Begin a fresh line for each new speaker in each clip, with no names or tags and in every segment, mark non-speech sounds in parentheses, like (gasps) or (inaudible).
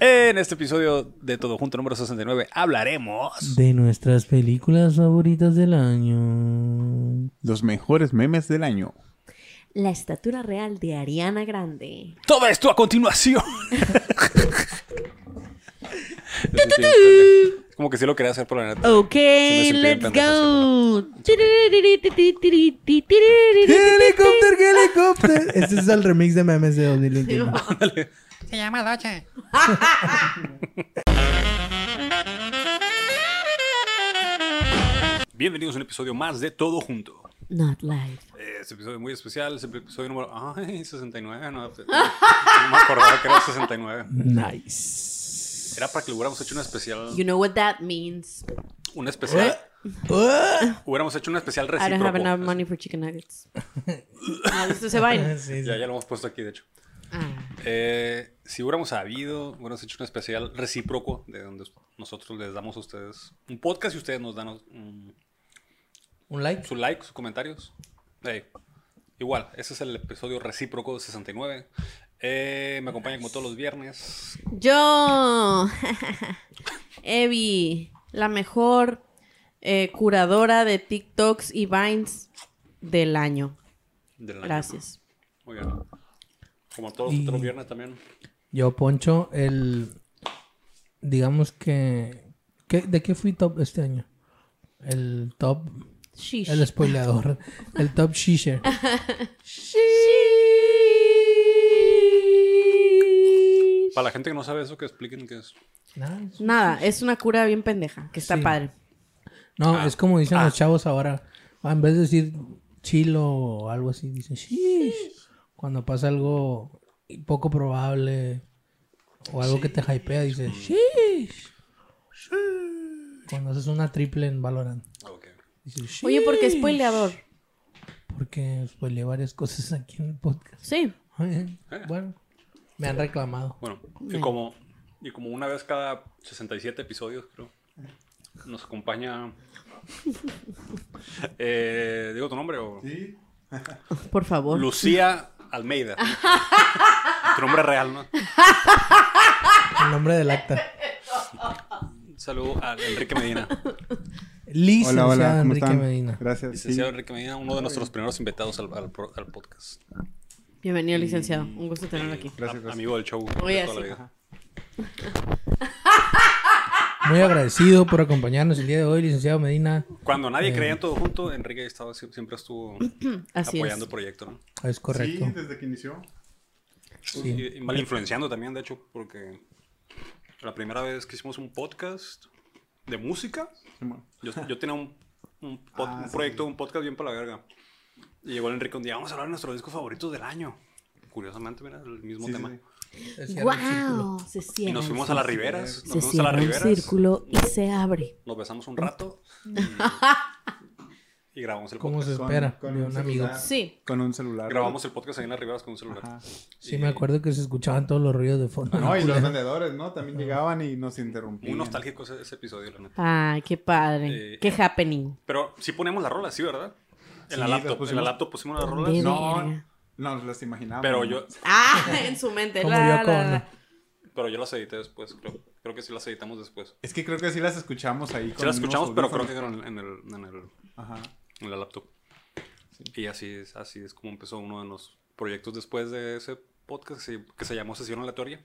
En este episodio de Todo Junto número 69 hablaremos
De nuestras películas favoritas del año.
Los mejores memes del año.
La estatura real de Ariana Grande.
todo esto a
(laughs)
continuación. Como que sí lo quería hacer por la neta.
Ok,
sintió
let's
bien pendejo
go. Tiririririririririririririririririr.
¡Helicóptero, helicóptero! (laughs) este es el remix de memes de 2021.
Se llama Doche.
Bienvenidos a un episodio más de Todo Junto.
Not live.
Este episodio muy especial, es el episodio número ay, 69. No, (laughs) no me acordaba que era 69.
Nice.
Era para que le hubiéramos hecho una especial.
You know what that means.
Una especial.
Ah,
Hubiéramos hecho una especial
¿Eh? I don't have enough
recíproco.
money for chicken nuggets. Ah, ¿Listo se vaina?
sí, sí.
Ya, ya lo hemos puesto aquí, de hecho.
(laughs) Ah,
Eh, si hubiéramos sabido, hubiéramos hecho un especial recíproco de donde nosotros les damos a ustedes un podcast y ustedes nos dan mm,
Un like.
su like, sus comentarios. Ey, Igual, ese es el episodio recíproco 69. Eh, me acompaña como todos los viernes.
Yo, (laughs) Evi, la mejor eh, curadora de TikToks y Vines del año.
del año.
Gracias.
Muy bien. Como todos
Y-
los otros viernes también.
Yo, Poncho, el. Digamos que. ¿qué- ¿De qué fui top este año? El top.
Shish.
El spoileador. El top shisher.
Shish.
Para la gente que no sabe eso, que expliquen qué es.
Nice.
Nada, es una cura bien pendeja, que está
Sí.
padre.
No,
Ah,
es como dicen
ah.
los chavos ahora. Ah, En vez de decir chilo o algo así, dicen shish. Cuando pasa algo poco probable o algo que te hypea,
Mm.
dices shish. Cuando haces una triple en Valorant,
Ok.
dices shish.
Oye, porque es spoileador.
Porque spoileé varias cosas aquí en el podcast. Ah,
Sí.
Ah.
Bueno, me han reclamado.
Bueno, y como, y como una vez cada 67 episodios, creo, nos
(laughs)
acompaña. Eh, ¿Digo tu nombre? O?
Por favor.
Lucía
(laughs)
Almeida. tu nombre real, ¿no?
El nombre del acta.
Un saludo a Enrique Medina.
Licenciado
hola, hola, ¿cómo
Enrique
están?
Medina.
Gracias. sí.
Licenciado Enrique Medina, uno de nuestros primeros invitados al, al pro- al podcast.
Bienvenido, licenciado. Un gusto tenerlo aquí.
A-
gracias.
Amigo del show.
Oye,
de toda la
sí.
vida.
Muy agradecido por acompañarnos el día de hoy, licenciado Medina.
Cuando nadie
Eh.
creía en todo junto, Enrique estaba, sie- siempre estuvo
(clears throat) Así
apoyando el
es.
proyecto, ¿no?
Es correcto.
Sí, desde que inició.
Y, y mal influenciando también, de hecho, porque la primera vez que hicimos un podcast de música,
Simón.
yo, yo tenía un,
(laughs)
un pod-
Ah,
un
sí,
proyecto, un podcast bien para la verga. Y llegó el Enrique un día, vamos a hablar de nuestros discos favoritos del año. Curiosamente, mira, el mismo
Sí, sí,
tema.
sí.
¡Wow! Se cierra.
Y nos
el
fuimos a las
círculo.
riberas. Nos
Se
fuimos a las
cierra un
riberas.
círculo y se abre.
Nos besamos un rato. Y, (laughs) y grabamos el
¿Cómo
podcast.
se
Con-
espera?
con
de
un
un amigo.
celular.
Sí.
Con un celular.
Grabamos el podcast ahí en las riberas con un celular.
Ajá.
Sí, me acuerdo que se escuchaban todos los ruidos de fondo.
No, y los vendedores, ¿no? También llegaban y nos interrumpían.
Muy nostálgico ese, ese episodio, la neta.
Ay, qué padre.
Eh,
qué happening.
Pero sí ponemos la rola, sí, ¿verdad? En la
Sí,
laptop.
las pusimos.
En la laptop pusimos las
De
rolas.
No,
verga.
no nos las imaginábamos.
Pero yo,
Ah, (laughs) en su mente.
Como
la,
yo
la,
con-
la.
pero yo las edité después, creo. Creo que sí las editamos después.
Es que creo que sí las escuchamos ahí.
Sí las escuchamos, pero creo que en, el- en el, en, el,
Ajá.
en la laptop. Y así es, así es como empezó uno de los proyectos después de ese podcast sí, que se llamó Sesión Aleatoria,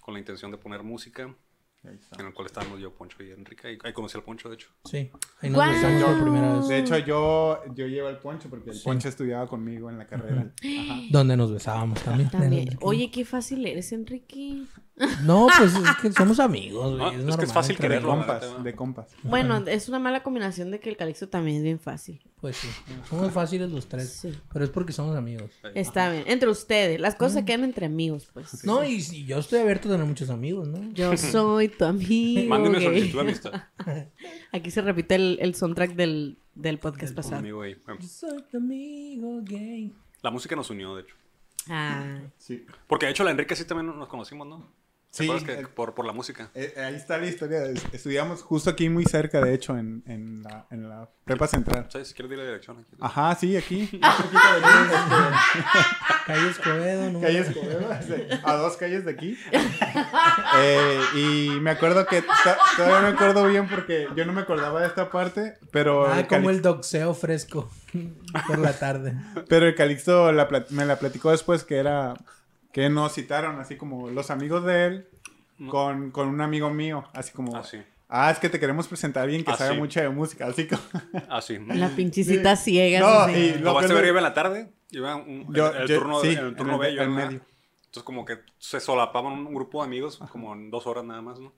con la intención de poner música,
Ahí está.
en el cual estábamos yo, Poncho y Enrique. Ahí, ahí conocí al Poncho, de hecho.
Sí, ahí nos besamos por primera vez.
De hecho, yo, yo llevo el poncho porque el poncho estudiaba conmigo en la carrera. Ajá.
Donde nos besábamos también.
También. Oye, qué fácil eres, Enrique.
No, pues es que somos amigos. güey,
No, es que es
normal
fácil
entre
De
quererlo.
amigos.
compas, de compas.
Bueno, es una mala combinación de que el calixto también es bien fácil.
Pues sí, somos fáciles los tres.
Sí.
Pero es porque somos amigos.
Está bien. Entre ustedes. Las
Mm.
cosas se quedan entre amigos, pues.
No, y, y yo estoy abierto a tener muchos amigos, ¿no?
Yo soy tu amigo.
Mándenme
gay.
solicitud de amistad.
Aquí se repite el, el soundtrack del, del podcast
Con
pasado.
amigo ahí. pues,
Yo soy tu amigo gay.
La música nos unió, de hecho.
Ah.
Sí.
Porque de hecho la Enrique sí también nos conocimos, ¿no? ¿Te
Sí,
acuerdas que
el-
por, por la música.
Eh, ahí está la historia. Es- Estudiamos justo aquí muy cerca, de hecho, en, en, la, en la prepa central.
(laughs) ¿Sabes? Si quieres dile la dirección aquí.
Ajá, sí, aquí. Un poquito de-
Calle Escobedo, ¿no?
Calle Escobedo, a dos calles de aquí. Eh, y me acuerdo que to- todavía me acuerdo bien porque yo no me acordaba de esta parte, pero,
Ah,
el, Calix-
como el doxeo fresco (laughs) por la tarde.
pero el Calixto la plat- me la platicó después que era que nos citaron así como los amigos de él con, con un amigo mío, así como
Ah, sí.
"Ah, es que te queremos presentar a alguien que
Ah,
sabe
sí.
mucho de música, así como
Así.
Las pinchicitas ciegas.
No,
así.
y-
Ah, Lo
Lo
vas a
peor
ver
de-
iba en la tarde, iba un-
Yo-
el, el
yo-
turno,
sí,
en el turno
en el-
bello,
en
¿verdad?
medio.
Entonces como que se solapaban un grupo de amigos, como en dos horas nada más, ¿no?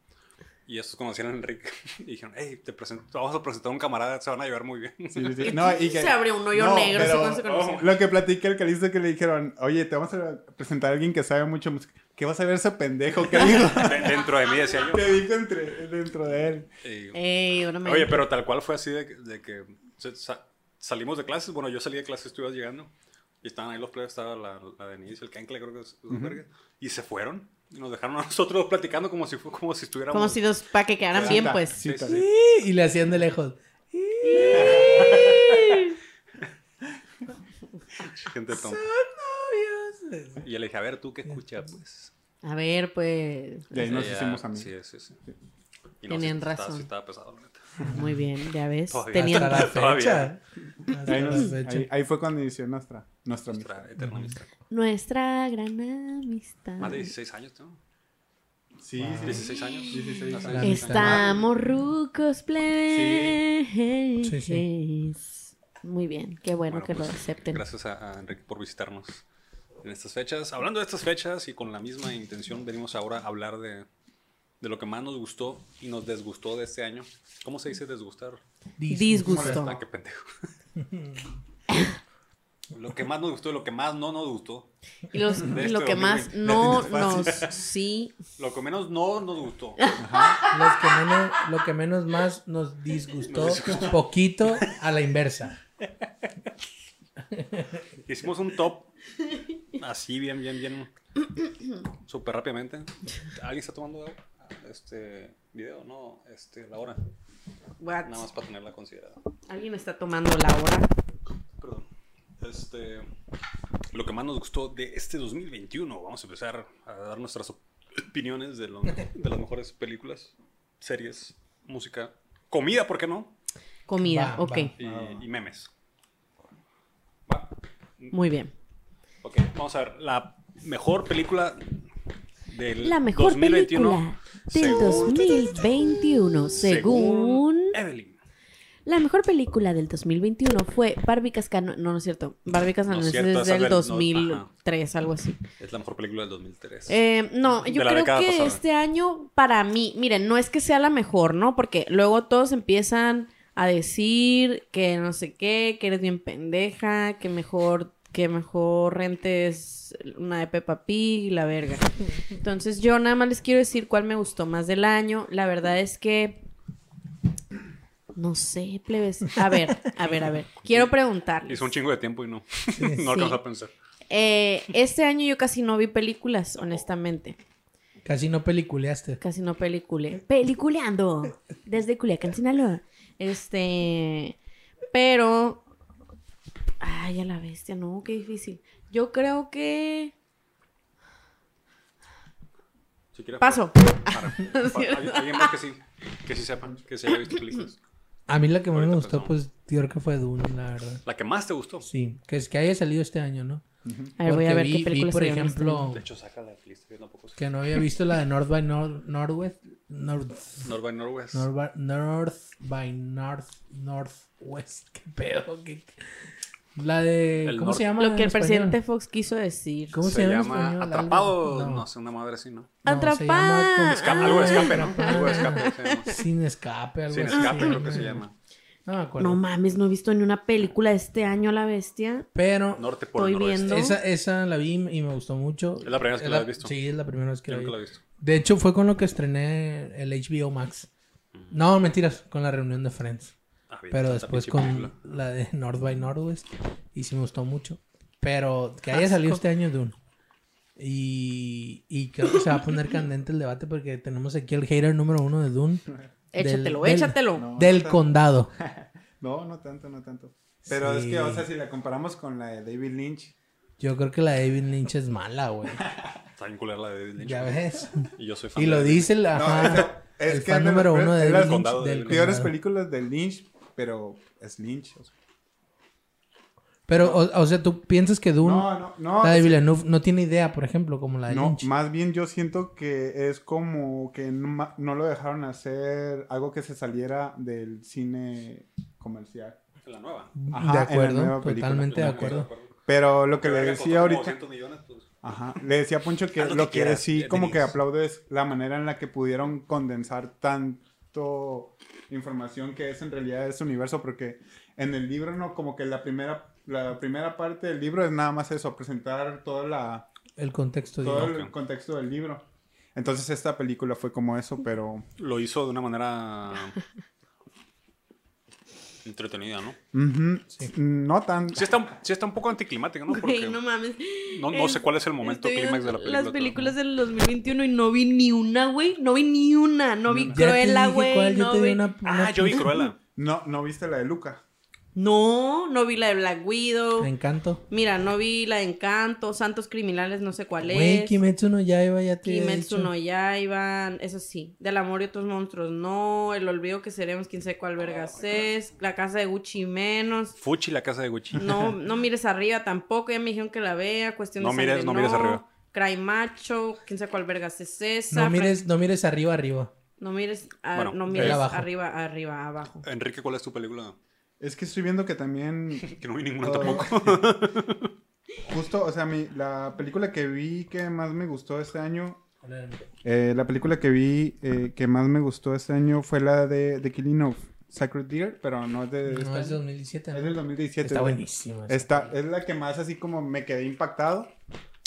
Y estos conocían a Enrique (laughs) y dijeron, hey, te presento, te vamos a presentar a un camarada, se van a llevar muy bien. (laughs)
Sí, sí, sí.
Y
No, Oh.
se abrió un hoyo negro, así cuando se
Oh.
conocieron.
Lo que platica el Calixto que le dijeron, oye, te vamos a presentar a alguien que sabe mucho música. ¿Qué vas a ver ese pendejo que
(laughs)
dijo?
De- dentro de mí decía yo.
Te dijo entre- dentro de él.
Y-
Eh,
Ey, una
Oye,
mente.
pero tal cual fue así de, que- de que se- sa- salimos de clases. Bueno, yo salí de clases, tú ibas llegando. Y estaban ahí los players, estaba la, la Denise, el Kencle, creo que es. verga, Y se fueron. Y nos dejaron a nosotros (laughs) platicando como si, fu- como si estuviéramos.
Como si los, para que quedaran bien,
Cita,
pues.
Sí,
cita.
sí.
Y le hacían de lejos.
Gente tonta. Y yo le dije, a ver, tú qué escuchas, pues.
A ver, pues.
De ahí nos
Ella-
hicimos amigos.
Sí, sí, sí. Y
Tenían
estaba-
razón.
sí estaba pesado, la neta.
Muy bien, ya ves.
Todavía.
Tenían
Hasta la
Todavía.
fecha. Hasta
Ahí,
la
nos-
fecha.
ahí- ahí fue cuando inició nuestra, nuestra amistad.
Nuestra eterna amistad.
nuestra gran amistad.
Más de 16 años, ¿no?
Sí, sí, sí.
16 años.
16
Hace
años.
Estamos rucos plebes.
Sí,
Muy bien, qué bueno, que
pues,
lo acepten.
Gracias a, a Enrique por visitarnos en estas fechas. Hablando de estas fechas y con la misma intención, venimos ahora a hablar de, de lo que más nos gustó y nos desgustó de este año. ¿Cómo se dice desgustar?
Disgusto.
Ah, qué
(laughs)
pendejo. lo que más nos gustó y lo que más no nos gustó.
Y, los- y
De
lo
este
que más
2020.
no
La tienes
nos. Sí.
Lo que menos no nos gustó.
Los que menos, lo que menos más nos disgustó, poquito a la inversa.
Hicimos un top así, bien, bien, bien. Súper rápidamente. ¿Alguien está tomando agua? este video? No, este, la hora.
What?
Nada más para tenerla considerada.
Alguien está tomando la hora.
Perdón. Este, lo que más nos gustó de este 2021, vamos a empezar a dar nuestras op- opiniones de, lo- de las mejores películas, series, música, comida, ¿por qué no?
Comida,
Va,
ok.
Y, y memes. Va.
Muy bien.
Ok, vamos a ver. La mejor película del
La mejor
2021.
película del
según-
2021, según...
Evelyn.
La mejor película del 2021 fue Barbie Cascano. No, no es cierto. Barbie Cascano
No es
es
cierto,
desde
esa
el
del- no,
2003, algo así.
Es la mejor película del 2003.
Eh, no,
De
yo
la
creo que
década pasada.
este año, para mí, miren, no es que sea la mejor, ¿no? Porque luego todos empiezan a decir que no sé qué, que eres bien pendeja, que mejor, que mejor rentes una de Peppa Pig y la verga. Entonces, yo nada más les quiero decir cuál me gustó más del año. La verdad es que. No sé, plebes. A ver, a ver, a ver. Quiero preguntarles.
Hizo un chingo de tiempo y no. (laughs) no alcanzó a pensar.
Eh, este año yo casi no vi películas, honestamente.
Casi no peliculeaste.
Casi no pelicule. Peliculeando. Desde Culiacán, Sinaloa. Este. Pero. Ay, a la bestia, no, qué difícil. Yo creo que.
Si quieres,
Paso.
Para. Para- ¿Alguien alguien más que sí, que sí sepa, que se haya visto películas?
A mí la que más me
Ahorita
gustó,
pensamos.
pues, yo creo que fue Dune, la verdad.
La que más te gustó.
Sí, que es que haya salido este año, ¿no?
A ver, voy a
Porque
ver
vi-
qué películas
vi, por
salieron este año.
ejemplo,
De hecho, saca la lista, yo tampoco sé.
que no había visto la de North by North, Northwest, North,
North by Northwest.
North, by- North by North, Northwest, (laughs) qué pedo, qué- la de,
El
¿cómo
norte.
se llama
Lo que
en
el
español?
presidente Fox quiso decir.
¿Cómo se,
se
llama? en
llama
español? Algo-
Atrapado.
no.
No sé, una madre así, ¿no?
No, se llama
Atrapada.
con-
Escape, algo de escape, ¿no?
Atrapada.
Ah.
Algo de escape se llama.
Sin escape, algo
Sin
así,
escape, creo
¿no?
que se llama.
No me acuerdo.
No mames, no he visto ni una película este año, la bestia.
Pero
Norte por
Estoy
el noroeste.
viendo.
esa, esa la vi y me gustó mucho.
Es la primera vez que la has visto.
Sí, es la primera vez que
Yo
la
nunca
vi.
la he visto.
De hecho, fue con lo que estrené el HBO Max. No, mentiras, con la reunión de Friends.
Ah, bien,
Pero
tanta
después
pinche
con
película.
la de (laughs) North by Northwest. Y sí me gustó mucho. Pero que haya salido este año Dune. Y, y creo que se va a poner candente el debate porque tenemos aquí el hater número uno de Dune. Del-
(laughs) Échatelo,
del-
échatelo.
No,
Del
no tanto.
condado.
No, no tanto, no tanto. Pero es
Sí.
que, o sea, si la comparamos con la de David Lynch,
Yo creo que la de David Lynch es mala, güey.
Está bien culera la de David Lynch.
Ya
güey.
ves.
Y yo soy fan.
Y
de
lo
David Lynch.
dice la.
No,
ajá,
es- es
el
que
fan
es de
número
las-
uno de
es
David
las
Lynch.
condado de
del
David Lynch.
Peores
condado.
películas del Lynch, pero es Lynch. o sea.
Pero, o, o sea, tú piensas que Dune,
No, no, no.
la de
es-
Villeneuve, no tiene idea, por ejemplo, como la de
no,
Lynch.
más bien yo siento que es como que no, ma- no lo dejaron hacer algo que se saliera del cine comercial.
La nueva.
Ajá,
de
en la
acuerdo,
nueva película.
totalmente de
La nueva,
acuerdo.
Pero lo que le
Verga,
decía
costó como
ahorita,
200 millones, pues.
ajá, le decía a Poncho que
Haz
lo,
lo que
que,
quieras,
sí
ya
como que
tenías.
aplaudo es la manera en la que pudieron condensar tanto información que es en realidad ese universo porque en el libro no como que la primera la primera parte del libro es nada más eso, presentar toda la
El contexto,
todo
digamos.
el
ok.
contexto del libro. Entonces esta película fue como eso, pero
Lo hizo de una manera
(laughs)
entretenida, ¿no?
ujú, no tan
Sí está, un- sí está un poco anticlimática, ¿no? Porque
Güey, no mames.
no, no sé cuál es el momento
Estoy
clímax de la
viendo
película.
Las
pero-
películas del 2021 y no vi ni una, güey. No vi ni una. No vi
Ya te
Cruella,
dije
güey.
cuál, yo
No,
te di
vi...
una-
Ah,
una-
yo vi Cruella.
no no viste la de Luca.
no, no vi la de Black Widow.
Encanto.
Mira, no vi la de Encanto, Santos Criminales, no sé cuál
Güey,
es.
Kimetsu no Yaiba ya te había
Kimetsu
dicho.
no Yaiban, eso sí. Del amor y otros monstruos, no. El olvido que seremos, quién sabe cuál vergas es. La casa de Gucci, menos.
Fuchi, la casa de Gucci. (laughs)
No, no mires arriba tampoco. Ya me dijeron que la vea. Cuestión
No
de
mires-
sangre,
no mires arriba.
Cry Macho, quién sabe cuál vergas es esa.
No mires, no mires arriba, arriba.
No mires, a-
Bueno,
no mires
es- abajo.
arriba, arriba, abajo.
Enrique, ¿cuál es tu película?
Es que estoy viendo que
(laughs)
también
Que no vi
Oh,
ninguna
Todo.
tampoco.
(laughs) Justo, o sea, mi, la película que vi que más me gustó este año, eh, la película que vi eh, que más me gustó este año fue la de The Killing of Sacred Deer, pero no es de...
No,
esta-
es de
es,
2017.
del 2017.
Está
güey. Este
buenísima. esa.
Está, es la que más así como me quedé impactado,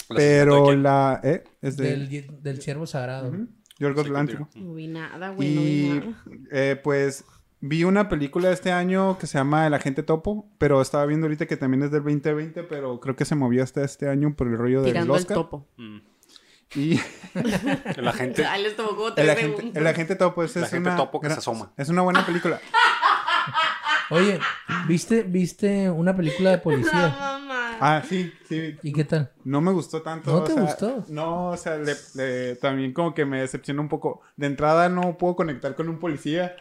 La
pero
secreta de
la... ¿Eh? Es de...
Del, di- del ciervo sagrado.
Ujú,
Sacred
Yorgos
Deer.
Lanthimos.
No vi nada, güey, no vi
Y
nada.
eh, pues vi una película este año que se llama El Agente Topo, pero estaba viendo ahorita que también es del 2020, pero creo que se movió hasta este año por el rollo del
Tirando el
Oscar.
topo.
Mm.
Y
La gente,
(laughs) Ahí les tomó como
el
tres
agente,
segundos.
el agente topo pues,
La
es
gente
una
topo que
gra-
se asoma.
Es una buena película.
Oye, ¿viste, ¿viste una película de
(laughs) La
policía?
mamá.
Ah, sí, sí.
¿Y qué tal?
No me gustó tanto.
¿No
o
te
sea,
gustó?
No, o sea, le- le- también como que me decepcionó un poco. De entrada no puedo conectar con un policía.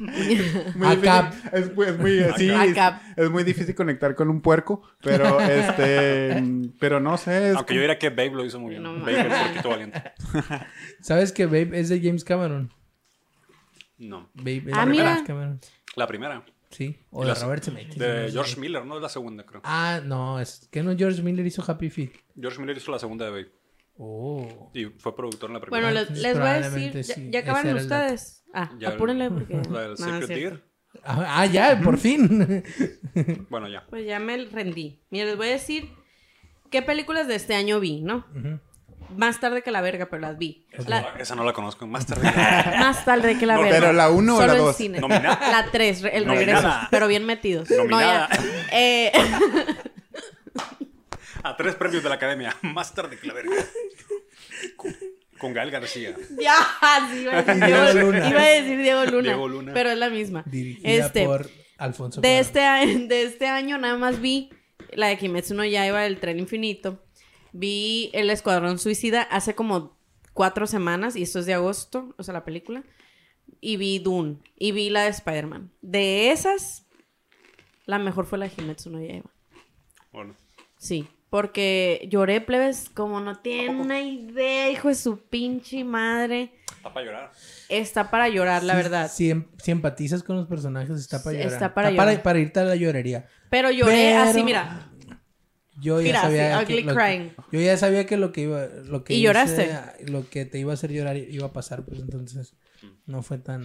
Muy difícil.
Acap.
Es, muy- es muy, sí, es,
Acap.
es muy difícil conectar con un puerco, pero este, mm, pero no sé. es
aunque yo diría que Babe lo hizo muy bien.
No
Babe
mames.
es poquito valiente.
¿Sabes que Babe es de James Cameron?
No.
Babe es
Ah,
de
mira.
James Cameron.
La primera.
Sí, o
Y
de
la-
Robert Zemeckis. no
De
sé.
George Miller, no es la segunda, creo.
Ah, no, es que no George Miller hizo Happy Feet.
George Miller hizo la segunda de Babe.
Oh.
Y fue productor en la primera.
Bueno, les, les voy a decir,
Pues Probablemente
ya,
sí,
ya acabaron
ese era el
ustedes. Ah,
Ya-
apúrenle porque...
(laughs) La del
(laughs) No, no
Secret
es cierto.
Deer.
Ah, ah, ya,
(laughs)
por fin. (laughs)
Bueno, ya.
Pues ya me rendí. Mira, les voy a decir qué películas de este año vi, ¿no?
Ujú.
Más tarde que la verga, pero las vi. La-
Esa no la conozco. Más
(laughs)
tarde.
más tarde que la
No,
verga.
pero la uno o
Solo
la
en
dos.
cine.
Nominada.
La 3, el regreso.
Nominada.
Pero bien metidos.
Nominada.
No, ya. Eh,
A tres premios de la academia. (laughs) Más tarde que la verga. Con, con Gal García.
(laughs) Ya, sí, iba a decir
Y Diego
Diego,
Luna.
iba a decir Diego Luna.
Diego Luna.
Pero es la misma.
Dirigida
este,
por Alfonso
de,
Cuarón.
este, a- de este año nada más vi la de Kimetsu no Yaiba, El Tren Infinito. Vi El Escuadrón Suicida hace como cuatro semanas, y esto es de agosto, o sea, la película. Y vi Dune. Y vi la de Spider-Man. De esas, la mejor fue la de Kimetsu no Yaiba.
Bueno.
Sí, porque lloré, plebes, como no
Oh.
tienen una idea, hijo de su pinche madre.
Está para llorar.
Está para llorar, la
Si-
verdad.
Si, em- si empatizas con los personajes, está para
Sí,
llorar.
está para llorar.
para irte a la llorería.
Pero lloré
Pero-
así, mira.
Yo ya
Mira,
sabía
sí,
que
ugly
lo,
crying.
yo ya sabía que lo que iba lo que
¿Y
hice-
lloraste?
lo que te iba a hacer llorar iba a pasar, pues entonces no fue tan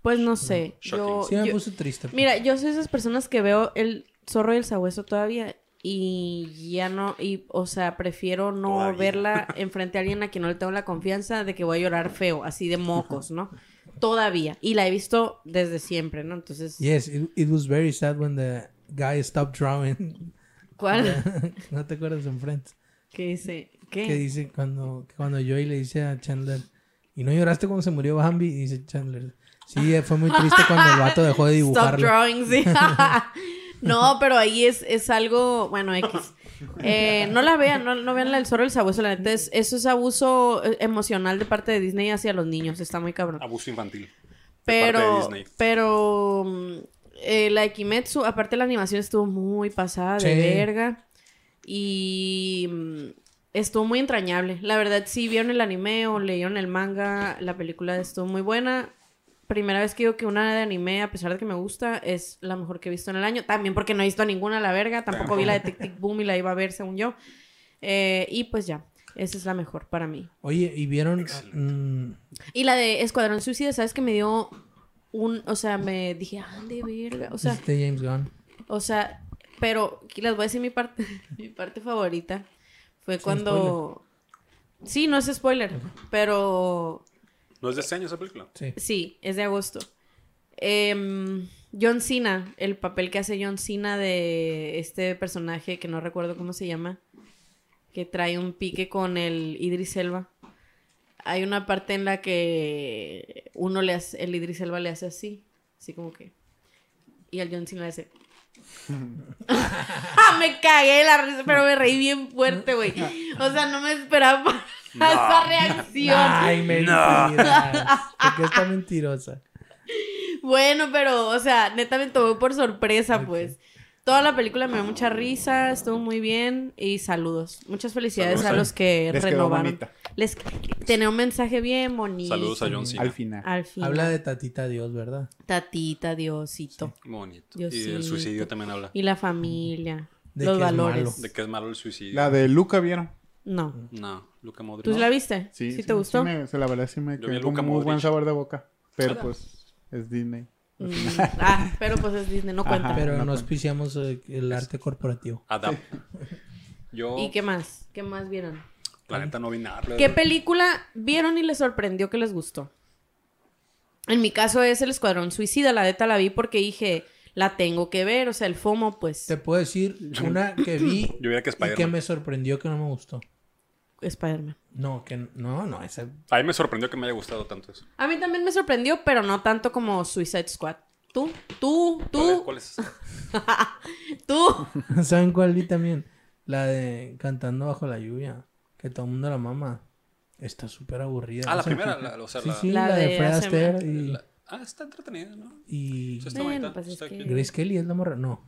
Pues no sé. Yo,
Sí me
Oh, yo-
puso triste. pues.
Mira, yo soy esas personas que veo el zorro y el sabueso todavía y ya no, y o sea, prefiero no
Todavía.
verla enfrente a alguien a quien no le tengo la confianza de que voy a llorar feo, así de mocos, ¿no? Todavía. Y la he visto desde siempre, ¿no? Entonces,
Yes, it, it was very sad when the guy stopped drawing. (laughs)
¿cuál?
¿No te acuerdas en Friends?
¿Qué dice? ¿Qué?
Que dice cuando que cuando Joey le dice a Chandler, "¿Y no lloraste cuando se murió Bambi?" Y dice Chandler, "Sí, eh, fue muy triste cuando el vato dejó de
Stop
dibujarlo."
drawing, sí. no, pero ahí es, es algo, bueno, X. Eh, no la vean, no, no vean la del zorro y el sabueso. La neta, es- eso es abuso eh, emocional de parte de Disney hacia los niños. Está muy cabrón.
Abuso infantil. de parte de
Pero,
Disney.
pero mm, eh, la de Kimetsu, aparte la animación estuvo muy pasada de
Sí.
verga. Y mm, estuvo muy entrañable. La verdad, si vieron el anime o leyeron el manga, la película estuvo muy buena. Primera vez que digo que una de anime, a pesar de que me gusta, es la mejor que he visto en el año. También porque no he visto ninguna a la verga. Tampoco vi la de Tic Tic Boom y la iba a ver, según yo. Eh, y pues ya, esa es la mejor para mí.
Oye, ¿y vieron? ah, mm,
Y la de Escuadrón Suicida, ¿sabes? Que me dio un... O sea, me dije, ah, de verga. O sea,
este James Gunn.
o sea, pero aquí les voy a decir mi parte, (laughs) mi parte favorita. Fue cuando... Sí, no es spoiler, pero
¿No es de este año esa película?
Sí.
sí, es de agosto. Em, John Cena, el papel que hace John Cena de este personaje que no recuerdo cómo se llama, que trae un pique con el Idris Elba. Hay una parte en la que uno le hace, el Idris Elba le hace así, así como que. Y al John Cena le hace. Ah, me cagué de la risa, pero me reí bien fuerte, güey. O sea, no me esperaba
No.
esa reacción.
Ay, mentira. Porque está mentirosa.
Bueno, pero, o sea, neta me tomó por sorpresa, pues. Toda la película me dio mucha risa, estuvo muy bien y saludos. Muchas felicidades
Saludos.
a los que
eh. Les quedó
renovaron.
bonita.
Les tenía un mensaje bien bonito.
Saludos a John Cena.
Al final.
Ah.
Al fin.
Habla de Tatita Dios, ¿verdad?
Tatita, Diosito.
Bonito. Y
Diosito.
el suicidio también habla.
Y la familia.
De
los
que es
valores.
malo.
De que es malo el suicidio.
La de Luca, ¿vieron?
Mm.
No.
No, Luca Modric.
¿Tú la viste?
Sí.
te gustó?
Sí me- se la verdad sí me
Yo vi a
quedó con
Luca
muy buen
Modric.
sabor de boca. Pero pues es Disney.
Mm, ah, pero pues es Disney, no
Ah,
cuenta.
Ajá.
Pero
no
no auspiciamos eh, el arte corporativo.
Adam. Yo,
¿Y qué más? ¿Qué más vieron?
la neta, no vi nada. pero-
¿Qué película vieron y les sorprendió que les gustó? En mi caso es El Escuadrón Suicida, la neta la vi porque dije, la tengo que ver, o sea, el FOMO, pues,
Te puedo
(laughs)
decir una que vi
Yo diría que
y que
Spider-Man.
me sorprendió que no me gustó.
Spider-Man.
No, que no, no, esa (laughs)
A mí me sorprendió que me haya gustado tanto eso.
A mí también me sorprendió, pero no tanto como Suicide Squad. Tú, tú,
¿Cuál es-
tú,
¿Cuál es?
tú.
¿Saben cuál vi también? La de Cantando bajo la lluvia, que todo el mundo la mama. Está súper aburrida.
Ah, la
O sea,
primera. la- o sea,
Sí,
la,
sí,
La
la, de
de
Fred
hace-
Astaire y,
la- Ah, está entretenida, ¿no?
y
Sí, está
Bueno,
bonita.
pues es
está
que-
cute.
Grace Kelly es la morra, no.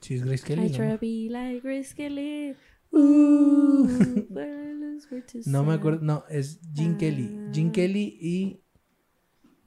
Sí es Grace Kelly.
I try to
No,
be like
(laughs)
Grace Kelly.
Uh.
but I lose way too
No me
soon.
acuerdo, no, es
Ah.
Jean Kelly, Jean Kelly y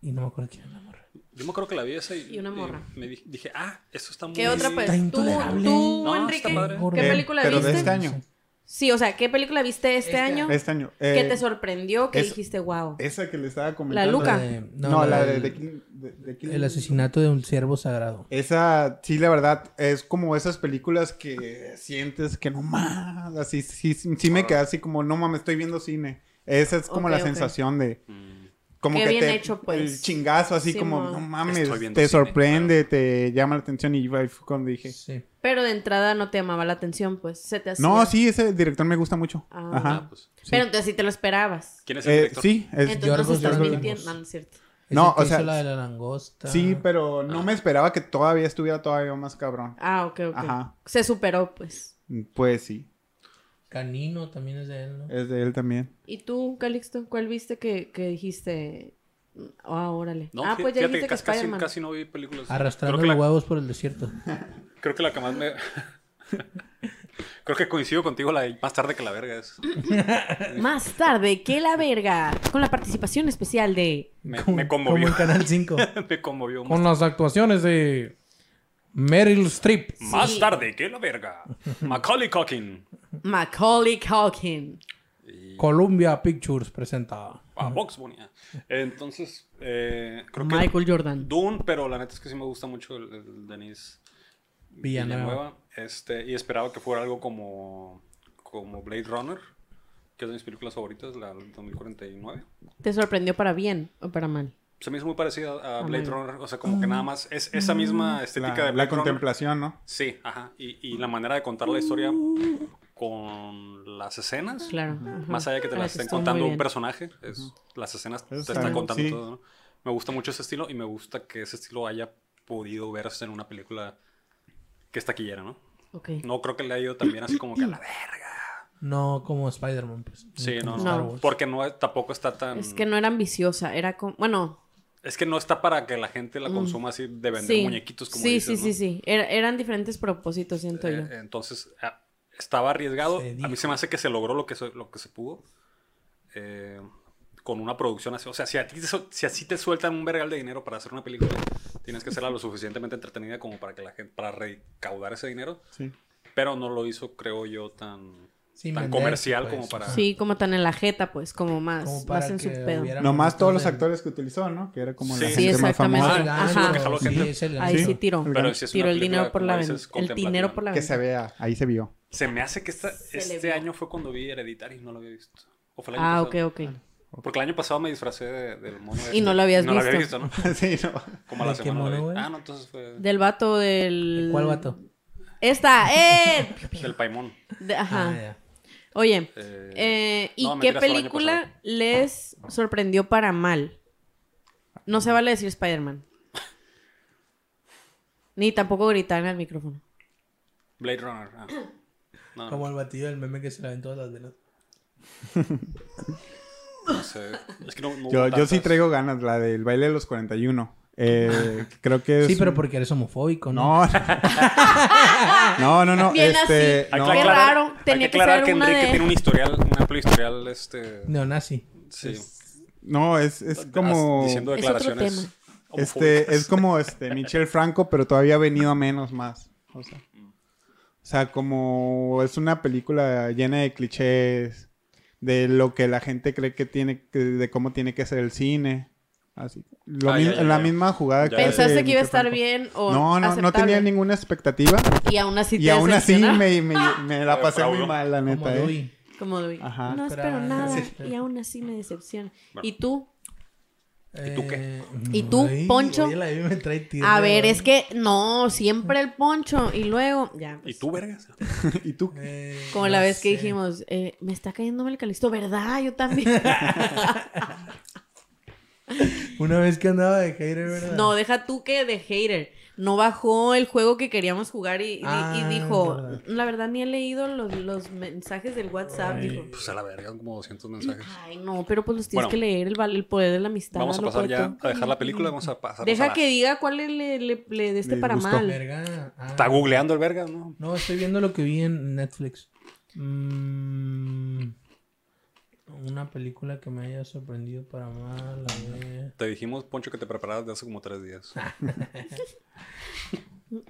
y no me acuerdo quién es la morra.
Yo me acuerdo que la vi esa y,
Y una morra.
y me di- dije, ah, eso está muy
¿Qué otra
Sí.
pues?
Está
Tú,
intolerable.
tú,
No, está
Enrique,
padre.
¿qué
Eh,
película
pero
viste?
de este año.
Sí, o sea, ¿qué película viste este,
Este
año
Este año.
que
Eh,
te sorprendió, que
es-
dijiste, wow?
Esa que le estaba comentando.
Luca.
La
Luca.
de-
No,
no,
la de,
del-
de Kill- de- de Kill-
el asesinato de un siervo sagrado.
Esa, sí, la verdad, es como esas películas que sientes que no más, así, sí, sí, sí
Ah.
me queda así como, no mames, estoy viendo cine. Esa es como
Ok,
la
ok.
sensación de,
Mm,
como
Qué
que
bien
te,
hecho, pues.
el chingazo, así
Sí,
como,
mo.
no mames,
Estoy viendo
te
cine,
sorprende, te llama la atención y yo ahí fue cuando dije,
Sí.
Pero de entrada no te llamaba la atención, pues. Se te hacía.
no, sí, ese director me gusta mucho.
Ah.
ah,
Ajá.
pues.
Pero entonces sí te lo esperabas.
¿Quién es el
Eh,
director?
sí, es
Entonces
Yorgos
nos estás
Lanthimos.
mintiendo. Ah, No, no es cierto.
Es
No,
el que
o sea,
hizo la de la langosta.
Sí, pero no
Ah.
me esperaba que todavía estuviera todavía más cabrón.
Ah, ok, ok.
Ajá.
Se superó, pues.
Pues sí,
Canino también es de él, ¿no?
es de él también.
¿Y tú, Calixto, cuál viste que, que dijiste? Ah, órale.
No,
ah,
fí-
pues ya
fíjate
dijiste que
casi, casi,
Spider-Man.
casi no vi películas.
Arrastrando
creo que,
los
la,
huevos por el desierto.
creo que la que más me... (laughs) creo que coincido contigo la de más tarde que la verga es. (laughs)
Más tarde que la verga. Con la participación especial de.
Me,
Como-
me
Como
conmovió.
en Canal 5.
me conmovió.
Con las actuaciones de Meryl Streep.
Más
Sí.
tarde que la
(laughs)
verga. Macaulay Culkin.
Macaulay Culkin.
Y
Columbia Pictures presenta.
a Vox Bonilla. Entonces, eh, creo que...
Michael Jordan.
Dune, pero la neta es que sí me gusta mucho el, el Denis
Villanueva.
Este, y esperaba que fuera algo como, como Blade Runner, que es de mis películas favoritas, la del 2049.
¿Te sorprendió para bien o para mal?
Se me hizo muy parecida a
Ah,
Blade
muy bien.
Runner, o sea, como que nada más es esa misma estética
La,
de
la
Blade Runner.
contemplación, ¿no?
Sí, ajá. Y, y la manera de contar la historia con las escenas.
Claro. ajá.
Más allá que te
Ah,
las
eso
estén
estuvo muy
contando un
bien.
personaje, es- las escenas te
Eso está
están
bien,
contando
sí.
todo. ¿no? Me gusta mucho ese estilo y me gusta que ese estilo haya podido verse en una película que es taquillera, ¿no?
Ok.
No creo que le haya ido también así como que a la verga.
No como Spider-Man, pues.
Sí, no, no.
Como Star
No.
Wars.
Porque no, es- tampoco está tan.
Es que no era ambiciosa, era como... Bueno,
no está para que la gente la consuma así de vender
Mm. sí.
muñequitos como
sí,
dices,
sí,
¿no?
sí, sí. Era- eran diferentes propósitos, siento
Eh,
yo.
Entonces, ah, estaba arriesgado.
Se
A mí se me hace que se logró lo que se, lo que se pudo. Eh, con una producción así. O sea, si a ti te suel- si así te sueltan un vergal de dinero para hacer una película, tienes que hacerla lo suficientemente entretenida como para que la gente, para recaudar ese dinero.
Sí.
Pero no lo hizo, creo yo, tan,
Sin
tan
vender,
comercial
pues,
como para.
Sí, como tan en la jeta, pues, como más,
Como para
más en su
que
pedo.
hubiera
Nomás
momentos
todos los
de-
actores que utilizó, ¿no? Que era como
Sí.
la
Sí,
gente más
exactamente.
famosa.
Ah, el
Ajá.
gancho,
Porque
jaló
sí,
gente.
es el
Ahí
gancho.
sí tiró.
Pero
sí es una
tiró el
película,
dinero por
como
la
dices,
venta. El
contemplativa,
dinero
¿no?
por la
Que
venta.
se vea, ahí se vio. (laughs)
Se me hace que esta,
Se le
este
vio.
año fue cuando vi Hereditary, no lo había visto. O fue el año
Ah, ok,
pasado.
ok.
Porque el año pasado me disfracé de- del mono.
Y no lo habías
No lo había
visto.
visto, ¿no?
sí, no.
Como a la
¿De qué
semana. lo
mono,
vi.
güey?
Ah, no, entonces fue
Del vato del...
¿Cuál vato? (laughs)
Esta, ¡eh!
del Paimón.
De- Ajá.
Ah, ya.
Oye,
Eh,
eh, ¿y
no,
qué
mentiras, fue el año
película
pasado.
les sorprendió para mal? No se vale decir
(laughs)
Spider-Man. Ni tampoco gritar en el micrófono.
Blade Runner. ah. No,
Como el batido del meme que se le ven todas las venas.
no sé. Es que no, no
Yo,
hubo
yo sí
tantas.
traigo ganas, la del baile de los 41. Eh, creo que es...
Sí, pero porque eres homofóbico, ¿no?
(laughs) No, no, no, no.
Bien
este,
así.
Hay
no.
que
Qué
aclarar-
raro,
hay que
tenía que
aclarar
ser
que
una
Enrique
de-
tiene un historial, un amplio historial, este...
Neonazi.
sí.
No, es, es como.
Ah, Diciendo
Es otro
declaraciones...
tema.
Este, es como este Michel Franco, pero todavía ha venido a menos más. O sea, o sea, como es una película llena de clichés, de lo que la gente cree que tiene, que- de cómo tiene que ser el cine. Así. Lo
Ah,
mi-
ya, ya,
la
ya.
misma jugada
Ya,
hace
¿Pensaste que iba
Michel
a estar
Franco.
bien o
No, no, no tenía
aceptable?
ninguna expectativa.
(laughs) Y aún así te
Y aún así
decepciona.
me, me- me la
Me
pasé muy
defraudó.
mal, la
Como
neta. ¿eh?
Dewey.
Como de,
Ajá.
no espero
Espera.
nada
Sí.
y aún así me decepciona.
Bueno.
¿Y tú?
¿Y tú qué?
Eh,
¿Y tú,
ay,
Poncho?
oye, la Bibi me trae tierra,
A ver,
güey.
es que no, siempre el poncho y luego ya.
¿Y
pues.
tú, vergas?
(laughs) ¿Y tú?
Eh,
Como la
no
vez que
sé.
dijimos, eh, me está cayendo mal el calisto, ¿verdad? Yo también.
Una vez que andaba de hater, ¿verdad?
no, deja tú que de hater. No bajó el juego que queríamos jugar y, y- y
Ah,
dijo,
verdad.
la verdad ni he leído los, los mensajes del WhatsApp. dijo.
Pues a la verga, como 200 mensajes.
Ay, no, pero pues los tienes
Bueno.
que leer, el, val- el poder de la amistad.
Vamos a
lo
pasar ya
puedo
a dejar la película. Vamos a pasar
todo. Deja que diga cuál le, le, le- le de este
Le
para
gustó.
mal.
Verga. ah.
Está googleando el vergas, ¿no?
No, estoy viendo lo que vi en Netflix. Mm, una película que me haya sorprendido para mal. a ver.
Te dijimos, Poncho, que te preparabas de hace como tres días.
Pim,